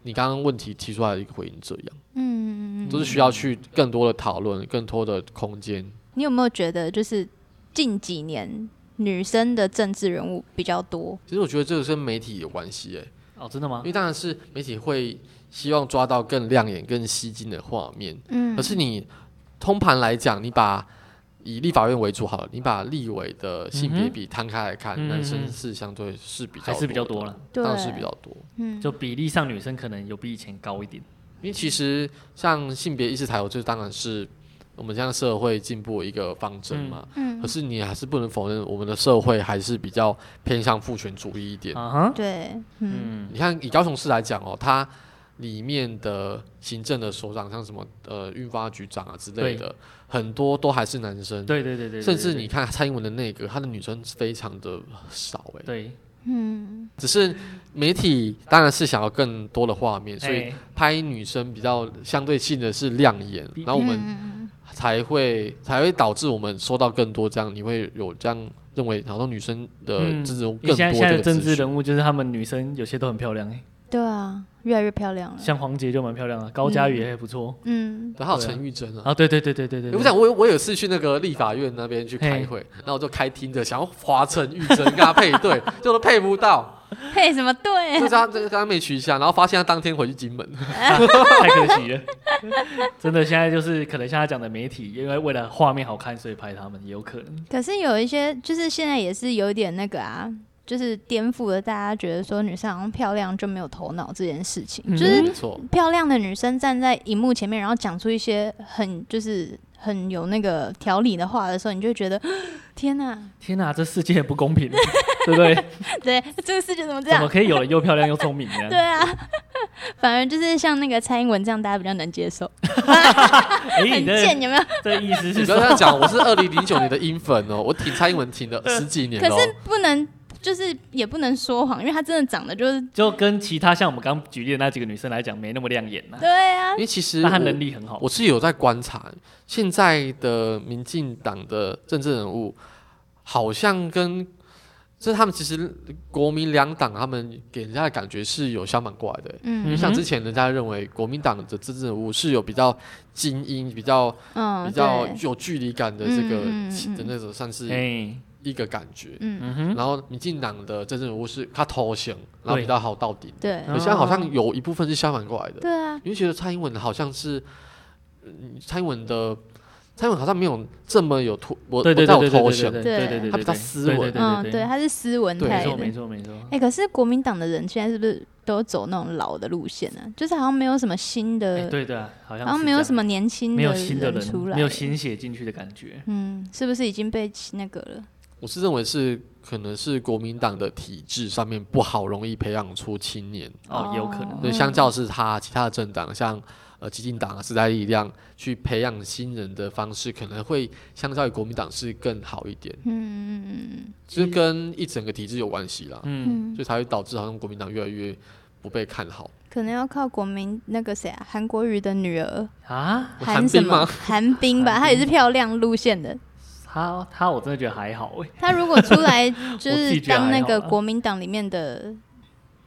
[SPEAKER 3] 你刚刚问题提出来的一个回应，这样，嗯，都是需要去更多的讨论，更多的空间。
[SPEAKER 1] 你有没有觉得就是近几年女生的政治人物比较多？
[SPEAKER 3] 其实我觉得这个跟媒体有关系、欸，
[SPEAKER 2] 哦，真的吗
[SPEAKER 3] 因？为当然是媒体会希望抓到更亮眼、更吸睛的画面。
[SPEAKER 1] 嗯
[SPEAKER 3] 可是你通盘来讲，你把以立法院为主好了，你把立委的性别比摊开来看，
[SPEAKER 2] 嗯
[SPEAKER 3] 男生是相对是比较
[SPEAKER 2] 还是比较
[SPEAKER 3] 多
[SPEAKER 2] 多
[SPEAKER 3] 的
[SPEAKER 2] 了，
[SPEAKER 1] 对，
[SPEAKER 3] 当然是比较多。
[SPEAKER 1] 嗯，
[SPEAKER 2] 就比例上女生可能有比以前高一点。
[SPEAKER 3] 因为其实像性别意识抬头，这当然是我们现在社会进步的一个方针嘛。
[SPEAKER 1] 嗯
[SPEAKER 3] 可，是你还是不能否认，我们的社会还是比较偏向父权主义
[SPEAKER 1] 嗯
[SPEAKER 3] 一点。
[SPEAKER 2] 啊哈，
[SPEAKER 1] 对，嗯
[SPEAKER 2] 嗯，
[SPEAKER 3] 你看，以高雄市来讲哦，它里面的行政的首长，像什么呃运发局长啊之类的，很多都还是男生。
[SPEAKER 2] 对对对对，对
[SPEAKER 3] 甚至你
[SPEAKER 2] 对
[SPEAKER 3] 看蔡英文的内阁，她的女生非常的少哎、
[SPEAKER 2] 对，
[SPEAKER 1] 嗯，
[SPEAKER 3] 只是媒体当然是想要更多的画面，所以
[SPEAKER 2] 哎
[SPEAKER 3] 拍女生比较相对性的是亮眼，
[SPEAKER 2] 比
[SPEAKER 3] 然后我们
[SPEAKER 1] 嗯
[SPEAKER 3] 才会才会导致我们收到更多这样，你会有这样认为，然后女生的
[SPEAKER 2] 嗯
[SPEAKER 3] 这种
[SPEAKER 2] 因为
[SPEAKER 3] 更多
[SPEAKER 2] 现在现在
[SPEAKER 3] 这
[SPEAKER 2] 的
[SPEAKER 3] 个
[SPEAKER 2] 政治
[SPEAKER 3] 资讯。
[SPEAKER 2] 人物就是他们女生有些都很漂亮哎，
[SPEAKER 1] 对啊，越来越漂亮了，
[SPEAKER 2] 像黄杰就蛮漂亮的，高佳宇也不错。
[SPEAKER 1] 嗯，
[SPEAKER 3] 然后还
[SPEAKER 2] 对啊
[SPEAKER 3] 有陈玉珍啊，
[SPEAKER 2] 啊，对对对对对对，
[SPEAKER 3] 欸我
[SPEAKER 2] 对
[SPEAKER 3] 想我有我有次去那个立法院那边去开会，然后我就开听着，想要华晨玉珍跟他配对， 结果都配不到，
[SPEAKER 1] 配什么对
[SPEAKER 3] 就？是他这个刚刚没取下，然后发现他当天回去金门。
[SPEAKER 2] 太可惜了。真的，现在就是可能像他讲的媒体，因为为了画面好看，所以拍他们也有可能。
[SPEAKER 1] 可是有一些，就是现在也是有点那个啊，就是颠覆了大家觉得说女生好像漂亮就没有头脑这件事情，就是
[SPEAKER 2] 嗯
[SPEAKER 3] 没错，
[SPEAKER 1] 漂亮的女生站在荧幕前面，然后讲出一些很就是很有那个条理的话的时候，你就会觉得 天哪，
[SPEAKER 2] 天哪、这世界很不公平，对不对？
[SPEAKER 1] 对啊这个世界怎么这
[SPEAKER 2] 怎么
[SPEAKER 1] 样？
[SPEAKER 2] 可以有人又漂亮又聪 明
[SPEAKER 1] 对
[SPEAKER 2] 呢？
[SPEAKER 1] 啊，反而就是像那个蔡英文这样，大家比较能接受，
[SPEAKER 2] 哎、
[SPEAKER 1] 很
[SPEAKER 2] 你的
[SPEAKER 1] 贱有没有？
[SPEAKER 2] 这意思
[SPEAKER 3] 你
[SPEAKER 2] 是
[SPEAKER 3] 不要这
[SPEAKER 2] 说，
[SPEAKER 3] 样讲，我是二零零九年的英粉哦，我挺蔡英文挺了十几年
[SPEAKER 1] 嗯可
[SPEAKER 3] 了哦。
[SPEAKER 1] 是不能，就是也不能说谎，因为她真的长得就是
[SPEAKER 2] 就跟其他像我们刚举例的那几个女生来讲，没那么亮眼呐、
[SPEAKER 1] 对啊
[SPEAKER 3] 因，为其实
[SPEAKER 2] 但她
[SPEAKER 3] 我
[SPEAKER 2] 能力很好。
[SPEAKER 3] 我是有在观察现在的民进党的政治人物，好像跟就是他们其实国民两党他们给人家的感觉是有相反过来的、
[SPEAKER 1] 嗯
[SPEAKER 3] 就
[SPEAKER 2] 嗯
[SPEAKER 3] 像之前人家认为国民党的政治人物是有比较精英、比较
[SPEAKER 1] 嗯，
[SPEAKER 3] 比较
[SPEAKER 1] 对
[SPEAKER 3] 有距离感的这个
[SPEAKER 1] 嗯嗯嗯嗯
[SPEAKER 3] 的那种，算
[SPEAKER 2] 哎、
[SPEAKER 3] 是一个感觉。
[SPEAKER 1] 嗯
[SPEAKER 2] 嗯哼，
[SPEAKER 3] 然后民进党的政治人物是他头型，然后
[SPEAKER 2] 对
[SPEAKER 3] 比较好到顶。
[SPEAKER 1] 对
[SPEAKER 2] 嗯
[SPEAKER 3] 可现在好像有一部分是相反过来的，
[SPEAKER 1] 对啊，
[SPEAKER 3] 你会觉得蔡英文好像是，嗯蔡英文的蔡英文好像没有这么有突我
[SPEAKER 2] 对对
[SPEAKER 3] 我
[SPEAKER 2] 对对
[SPEAKER 3] 在我
[SPEAKER 2] 对
[SPEAKER 3] 头
[SPEAKER 2] 对
[SPEAKER 3] 型
[SPEAKER 2] 对，对
[SPEAKER 1] 对
[SPEAKER 2] 对对对，
[SPEAKER 3] 她比较
[SPEAKER 2] 对
[SPEAKER 3] 斯
[SPEAKER 2] 对
[SPEAKER 3] 文
[SPEAKER 2] 对
[SPEAKER 1] 嗯，
[SPEAKER 2] 对
[SPEAKER 1] 对，
[SPEAKER 2] 对
[SPEAKER 1] 她是斯文
[SPEAKER 3] 对
[SPEAKER 2] 没
[SPEAKER 1] 派
[SPEAKER 2] 错
[SPEAKER 1] 的，
[SPEAKER 2] 没错没错。
[SPEAKER 1] 哎、可是国民党的人现在是不是都走那种老的路线呢、就是好像没有什么新的，
[SPEAKER 2] 哎对对啊，好像
[SPEAKER 1] 呃好像
[SPEAKER 2] 是
[SPEAKER 1] 没有
[SPEAKER 2] 这样
[SPEAKER 1] 什么年轻
[SPEAKER 2] 没有新的
[SPEAKER 1] 人
[SPEAKER 2] 人
[SPEAKER 1] 出来，
[SPEAKER 2] 没有新血进去的感觉。
[SPEAKER 1] 嗯，是不是已经被那个了？
[SPEAKER 3] 我是认为是可能是国民党的体制上面不好，容易培养出青年。
[SPEAKER 2] 哦，也有可能。
[SPEAKER 3] 对，相较是他其他的政党，像呃激进党啊、时代力量，去培养新人的方式，可能会相较于国民党是更好一点，
[SPEAKER 1] 嗯
[SPEAKER 3] 就是跟一整个体制有关系啦，
[SPEAKER 1] 嗯
[SPEAKER 2] 嗯，
[SPEAKER 1] 嗯，
[SPEAKER 3] 所以才会导致好像国民党越来越不被看好。
[SPEAKER 1] 可能要靠国民那个谁啊，韩国瑜的女儿
[SPEAKER 2] 啊，
[SPEAKER 1] 韩什
[SPEAKER 3] 冰吗
[SPEAKER 1] 么？韩冰吧，
[SPEAKER 2] 韩冰
[SPEAKER 1] 她也是漂亮路线的。
[SPEAKER 2] 他他我真的觉得还好哎、
[SPEAKER 1] 她如果出 来就
[SPEAKER 2] 我自
[SPEAKER 1] 是
[SPEAKER 2] 己觉得
[SPEAKER 1] 当那
[SPEAKER 2] 还
[SPEAKER 1] 个
[SPEAKER 2] 好啦
[SPEAKER 1] 国民党里面的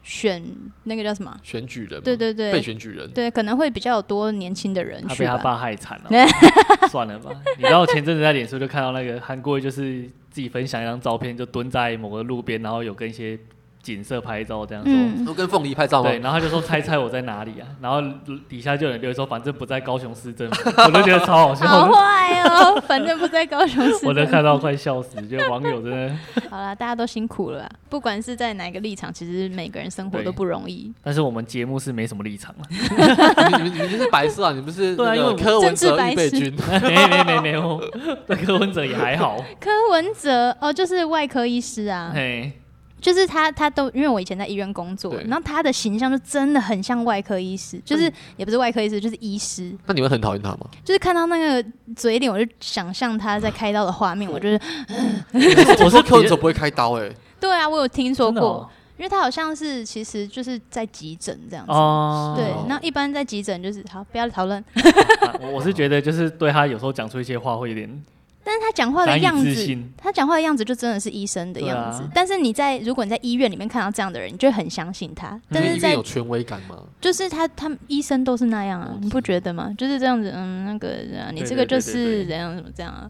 [SPEAKER 1] 选那个叫什么啊？
[SPEAKER 3] 选举人嘛，
[SPEAKER 1] 对对对
[SPEAKER 3] 被选举人，
[SPEAKER 1] 对，可能会比较有多年轻的人
[SPEAKER 2] 他
[SPEAKER 1] 去
[SPEAKER 2] 被他
[SPEAKER 1] 吧。
[SPEAKER 2] 爸害惨了，算了吧。你知道我前阵子在脸书就看到那个韩国瑜就是自己分享一张照片，就蹲在某个路边，然后有跟一些景色拍照这样说。
[SPEAKER 1] 嗯，
[SPEAKER 3] 都跟凤梨拍照吗？
[SPEAKER 2] 对，然后他就说猜猜我在哪里啊？然后底下就有人留言说，反正不在高雄市政府，我就觉得超好笑
[SPEAKER 1] 好
[SPEAKER 2] 的，
[SPEAKER 1] 坏哦，反正不在高雄市。
[SPEAKER 2] 我都看到快笑死，觉得网友真的。
[SPEAKER 1] 好啦，大家都辛苦了啦，啊不管是在哪一个立场，其实每个人生活
[SPEAKER 2] 对
[SPEAKER 1] 都不容易。
[SPEAKER 2] 但是我们节目是没什么立场了，
[SPEAKER 3] 你们你们你们是白色啊，你们是
[SPEAKER 2] 对啊
[SPEAKER 3] 那个
[SPEAKER 2] 因为我
[SPEAKER 3] 柯文
[SPEAKER 1] 政治
[SPEAKER 3] 哲
[SPEAKER 1] 白
[SPEAKER 3] 预备
[SPEAKER 1] 痴
[SPEAKER 3] 军，
[SPEAKER 2] 没没没没有，对柯文哲也还好，
[SPEAKER 1] 柯文哲哦，就是外科医师啊，
[SPEAKER 2] 嘿，
[SPEAKER 1] 就是他，他都因为我以前在医院工作，
[SPEAKER 3] 对
[SPEAKER 1] 然后他的形象就真的很像外科医师，就是、
[SPEAKER 2] 嗯
[SPEAKER 1] 也不是外科医师，就是医师，
[SPEAKER 3] 那你们很讨厌他吗？
[SPEAKER 1] 就是看到那个嘴脸，我就想象他在开刀的画面，我 就是
[SPEAKER 2] 我是
[SPEAKER 3] 我说柯
[SPEAKER 2] 比
[SPEAKER 3] 文哲
[SPEAKER 2] 较
[SPEAKER 3] 不会开刀哎，
[SPEAKER 1] 对啊，我有听说
[SPEAKER 2] 真的
[SPEAKER 1] 过，
[SPEAKER 2] 哦
[SPEAKER 1] 因为他好像是其实就是在急诊这样子。
[SPEAKER 2] 哦
[SPEAKER 1] 对
[SPEAKER 3] 哦，
[SPEAKER 1] 那一般在急诊就是好，不要讨论。
[SPEAKER 2] 啊我我是觉得就是对他有时候讲出一些话会有点
[SPEAKER 1] 但是他讲话的
[SPEAKER 2] 难
[SPEAKER 1] 样
[SPEAKER 2] 以置
[SPEAKER 1] 子，
[SPEAKER 2] 信，
[SPEAKER 1] 他讲话的样子就真的是医生的样子，
[SPEAKER 2] 对啊
[SPEAKER 1] 但是你在如果你在医院里面看到这样的人，你就会很相信
[SPEAKER 2] 嗯
[SPEAKER 1] 他。
[SPEAKER 3] 因
[SPEAKER 1] 但
[SPEAKER 3] 为
[SPEAKER 1] 是
[SPEAKER 3] 医院
[SPEAKER 1] 在
[SPEAKER 3] 有权威感吗？
[SPEAKER 1] 就是他他们医生都是那样啊
[SPEAKER 3] 我，
[SPEAKER 1] 你不觉得吗？就是这样子，嗯，那个、啊、你
[SPEAKER 2] 哦对
[SPEAKER 1] 这个
[SPEAKER 2] 对对
[SPEAKER 1] 就
[SPEAKER 2] 对对
[SPEAKER 1] 是怎样怎么这样啊？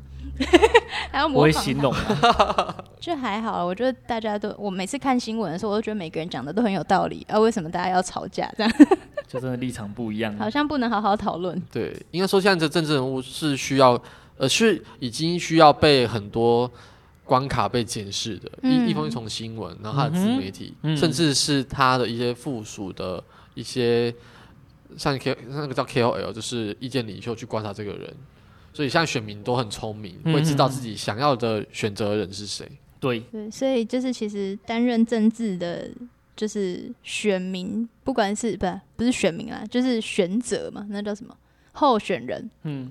[SPEAKER 1] 还要
[SPEAKER 2] 我
[SPEAKER 1] 模
[SPEAKER 2] 会
[SPEAKER 1] 仿
[SPEAKER 2] 形
[SPEAKER 1] 他
[SPEAKER 2] 容啊，
[SPEAKER 1] 就还好啊，我觉得大家都，我每次看新闻的时候，我都觉得每个人讲的都很有道理啊。为什么大家要吵架？这样
[SPEAKER 2] 就真的立场不一样。
[SPEAKER 1] 好像不能好好讨论。
[SPEAKER 3] 对，应该说现在这政治人物是需要，呃，是已经需要被很多关卡被检视的。
[SPEAKER 1] 嗯
[SPEAKER 3] 一一方面从新闻，然后他的自媒体，
[SPEAKER 2] 嗯哼嗯
[SPEAKER 3] 甚至是他的一些附属的一些，像 K 那个叫 KOL，就是意见领袖去观察这个人。所以现在选民都很聪明，
[SPEAKER 2] 嗯
[SPEAKER 3] 会知道
[SPEAKER 2] 嗯
[SPEAKER 3] 自己想要的选择人是谁。
[SPEAKER 2] 对，
[SPEAKER 1] 对，所以就是其实担任政治的，就是选民，不管是不不是选民啦，就是选者嘛，那叫什么候选人，
[SPEAKER 2] 嗯，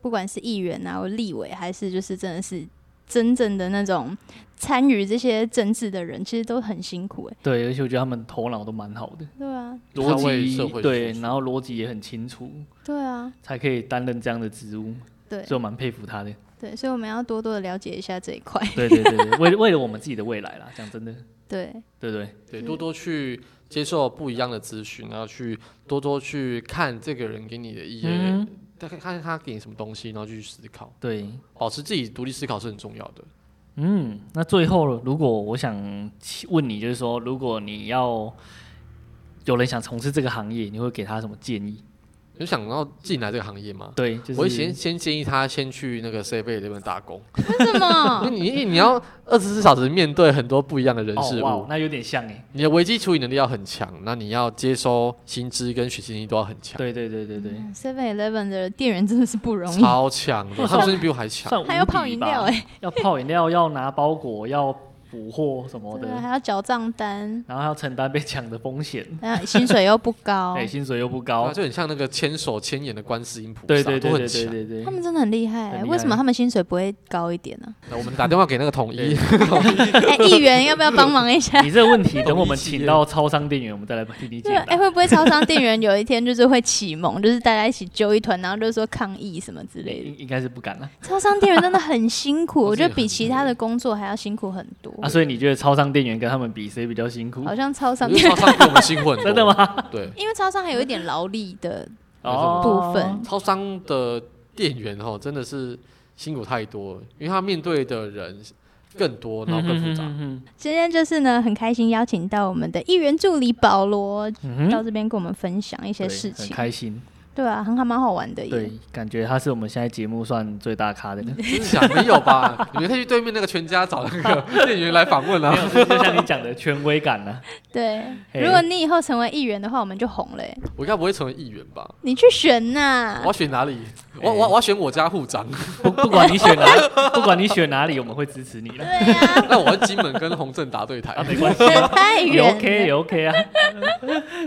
[SPEAKER 1] 不管是议员啊、或立委，还是就是真的是真正的那种参与这些政治的人，其实都很辛苦哎、
[SPEAKER 2] 对，而且我觉得他们头脑都蛮好的，
[SPEAKER 1] 对啊，
[SPEAKER 3] 逻
[SPEAKER 2] 他为
[SPEAKER 3] 辑社会
[SPEAKER 2] 对，
[SPEAKER 3] 学
[SPEAKER 2] 然后逻辑也很清楚，
[SPEAKER 1] 对啊，
[SPEAKER 2] 才可以担任这样的职务，
[SPEAKER 1] 对
[SPEAKER 2] 所以我蛮佩服他的。
[SPEAKER 1] 对，所以我们要多多的了解一下这一块。
[SPEAKER 2] 对对对对，为为了我们自己的未来啦，讲真的，
[SPEAKER 1] 对，
[SPEAKER 2] 对不 对？
[SPEAKER 3] 对，多多去接受不一样的咨询，然后去多多去看这个人给你的意见
[SPEAKER 2] 嗯，
[SPEAKER 3] 看看他给你什么东西，然后去思考，
[SPEAKER 2] 对，
[SPEAKER 3] 保持自己独立思考是很重要的。
[SPEAKER 2] 嗯，那最后如果我想问你，就是说，如果你要有人想从事这个行业，你会给他什么建议？
[SPEAKER 3] 有想要进来这个行业吗？
[SPEAKER 2] 对，就是
[SPEAKER 3] 我会先先建议他先去那个 C 贝那边 打工，
[SPEAKER 1] 为什么？
[SPEAKER 3] 因为你你要二十四小时面对很多不一样的人事
[SPEAKER 2] 哦，
[SPEAKER 3] 物，
[SPEAKER 2] 哇，那有点像哎，
[SPEAKER 3] 你的危机处理能力要很强，那你要接收薪资跟学习能力都要很强，
[SPEAKER 2] 对对对对
[SPEAKER 1] 嗯
[SPEAKER 2] 对，
[SPEAKER 1] Seven Eleven 的店员真的是不容易，
[SPEAKER 3] 超强 的，他们甚至比我还强。
[SPEAKER 2] 算
[SPEAKER 1] 还要泡饮料哎、
[SPEAKER 2] 哎， 要泡饮料，要拿包裹，要补货什么的
[SPEAKER 1] 对，啊，还要缴账单，
[SPEAKER 2] 然后还要承担被抢的风险，
[SPEAKER 1] 啊，薪水又不高
[SPEAKER 2] 哎，，薪水又不
[SPEAKER 3] 对
[SPEAKER 2] 高
[SPEAKER 3] 啊，就很像那个千手千眼的观世音菩 萨，
[SPEAKER 2] 对对对
[SPEAKER 3] 都
[SPEAKER 2] 对
[SPEAKER 3] 很
[SPEAKER 2] 对
[SPEAKER 3] 强。
[SPEAKER 2] 对 对
[SPEAKER 1] 他，们真的很厉害、
[SPEAKER 2] 很厉害
[SPEAKER 1] 为什么他们薪水不会高一点呢、
[SPEAKER 3] 那我们打电话给那个统一，
[SPEAKER 1] 哎、议员要不要帮忙一下？
[SPEAKER 2] 你这个问题，等我们
[SPEAKER 3] 同一企业
[SPEAKER 2] 请到超商店员，我们再来替你 解
[SPEAKER 1] 对，哎、
[SPEAKER 2] 答。
[SPEAKER 1] 会不会超商店员有一天就是会启蒙，就是大家一起揪一团，然后就是说抗议什么之类的？
[SPEAKER 2] 应应该是不敢了
[SPEAKER 1] 超商店员真的很辛 苦，
[SPEAKER 3] 不
[SPEAKER 1] 我
[SPEAKER 3] 是
[SPEAKER 1] 觉得比其他的工作还要辛苦很多。
[SPEAKER 2] 啊，所以你觉得超商店员跟他们比谁比较辛苦
[SPEAKER 1] 好？像超商
[SPEAKER 3] 我觉
[SPEAKER 1] 店
[SPEAKER 3] 得超商比我们辛苦很多。
[SPEAKER 2] 真的？吗？
[SPEAKER 3] 对，
[SPEAKER 1] 因为超商还有一点劳力的，
[SPEAKER 2] 哦，
[SPEAKER 1] 部分
[SPEAKER 3] 超商的店员哈，真的是辛苦太多了，因为他面对的人更多，然后更复杂。
[SPEAKER 2] 嗯
[SPEAKER 1] 今天就是呢，很开心邀请到我们的议员助理保罗
[SPEAKER 2] 哼嗯哼
[SPEAKER 1] 到这边跟我们分享一些
[SPEAKER 2] 嗯对
[SPEAKER 1] 事
[SPEAKER 2] 很
[SPEAKER 1] 情，
[SPEAKER 2] 开心。
[SPEAKER 1] 对啊，很好，蛮好玩的耶
[SPEAKER 2] 对。，感觉他是我们现在节目算最大 咖的了。
[SPEAKER 3] 真的假的？没有吧？ 你们可以去对面那个全家找那个店员来访问
[SPEAKER 2] 没
[SPEAKER 3] 啊。
[SPEAKER 2] 有， 就就像你讲的权威感啊呢、
[SPEAKER 1] 对，
[SPEAKER 2] 嘿
[SPEAKER 1] 如果你以后成为议员的话，我们就红了耶。
[SPEAKER 3] 我应该不会成为议员吧？
[SPEAKER 1] 你去选呐
[SPEAKER 2] 啊哦
[SPEAKER 3] 我要、选哪里？我
[SPEAKER 2] 哎
[SPEAKER 3] 我我要选我家护长，
[SPEAKER 2] 不不管你选哪，不管你选哪里，我们会支持你
[SPEAKER 1] 对
[SPEAKER 2] 的。
[SPEAKER 1] 呀、
[SPEAKER 3] 那我要金门跟洪正达对台
[SPEAKER 2] 啊，。没关系，
[SPEAKER 1] 这太
[SPEAKER 2] 也
[SPEAKER 1] 远
[SPEAKER 2] OK 也
[SPEAKER 1] 了。
[SPEAKER 2] OK 啊。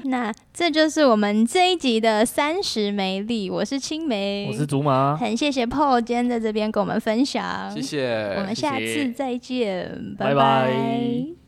[SPEAKER 1] 那这就是我们这一集的三十梅丽，我是青梅，
[SPEAKER 2] 我是竹马，
[SPEAKER 1] 很谢谢 Paul 今天在这边跟我们分享，
[SPEAKER 3] 谢谢，
[SPEAKER 1] 我们下
[SPEAKER 2] 谢谢
[SPEAKER 1] 次再见，
[SPEAKER 2] 拜拜
[SPEAKER 1] 拜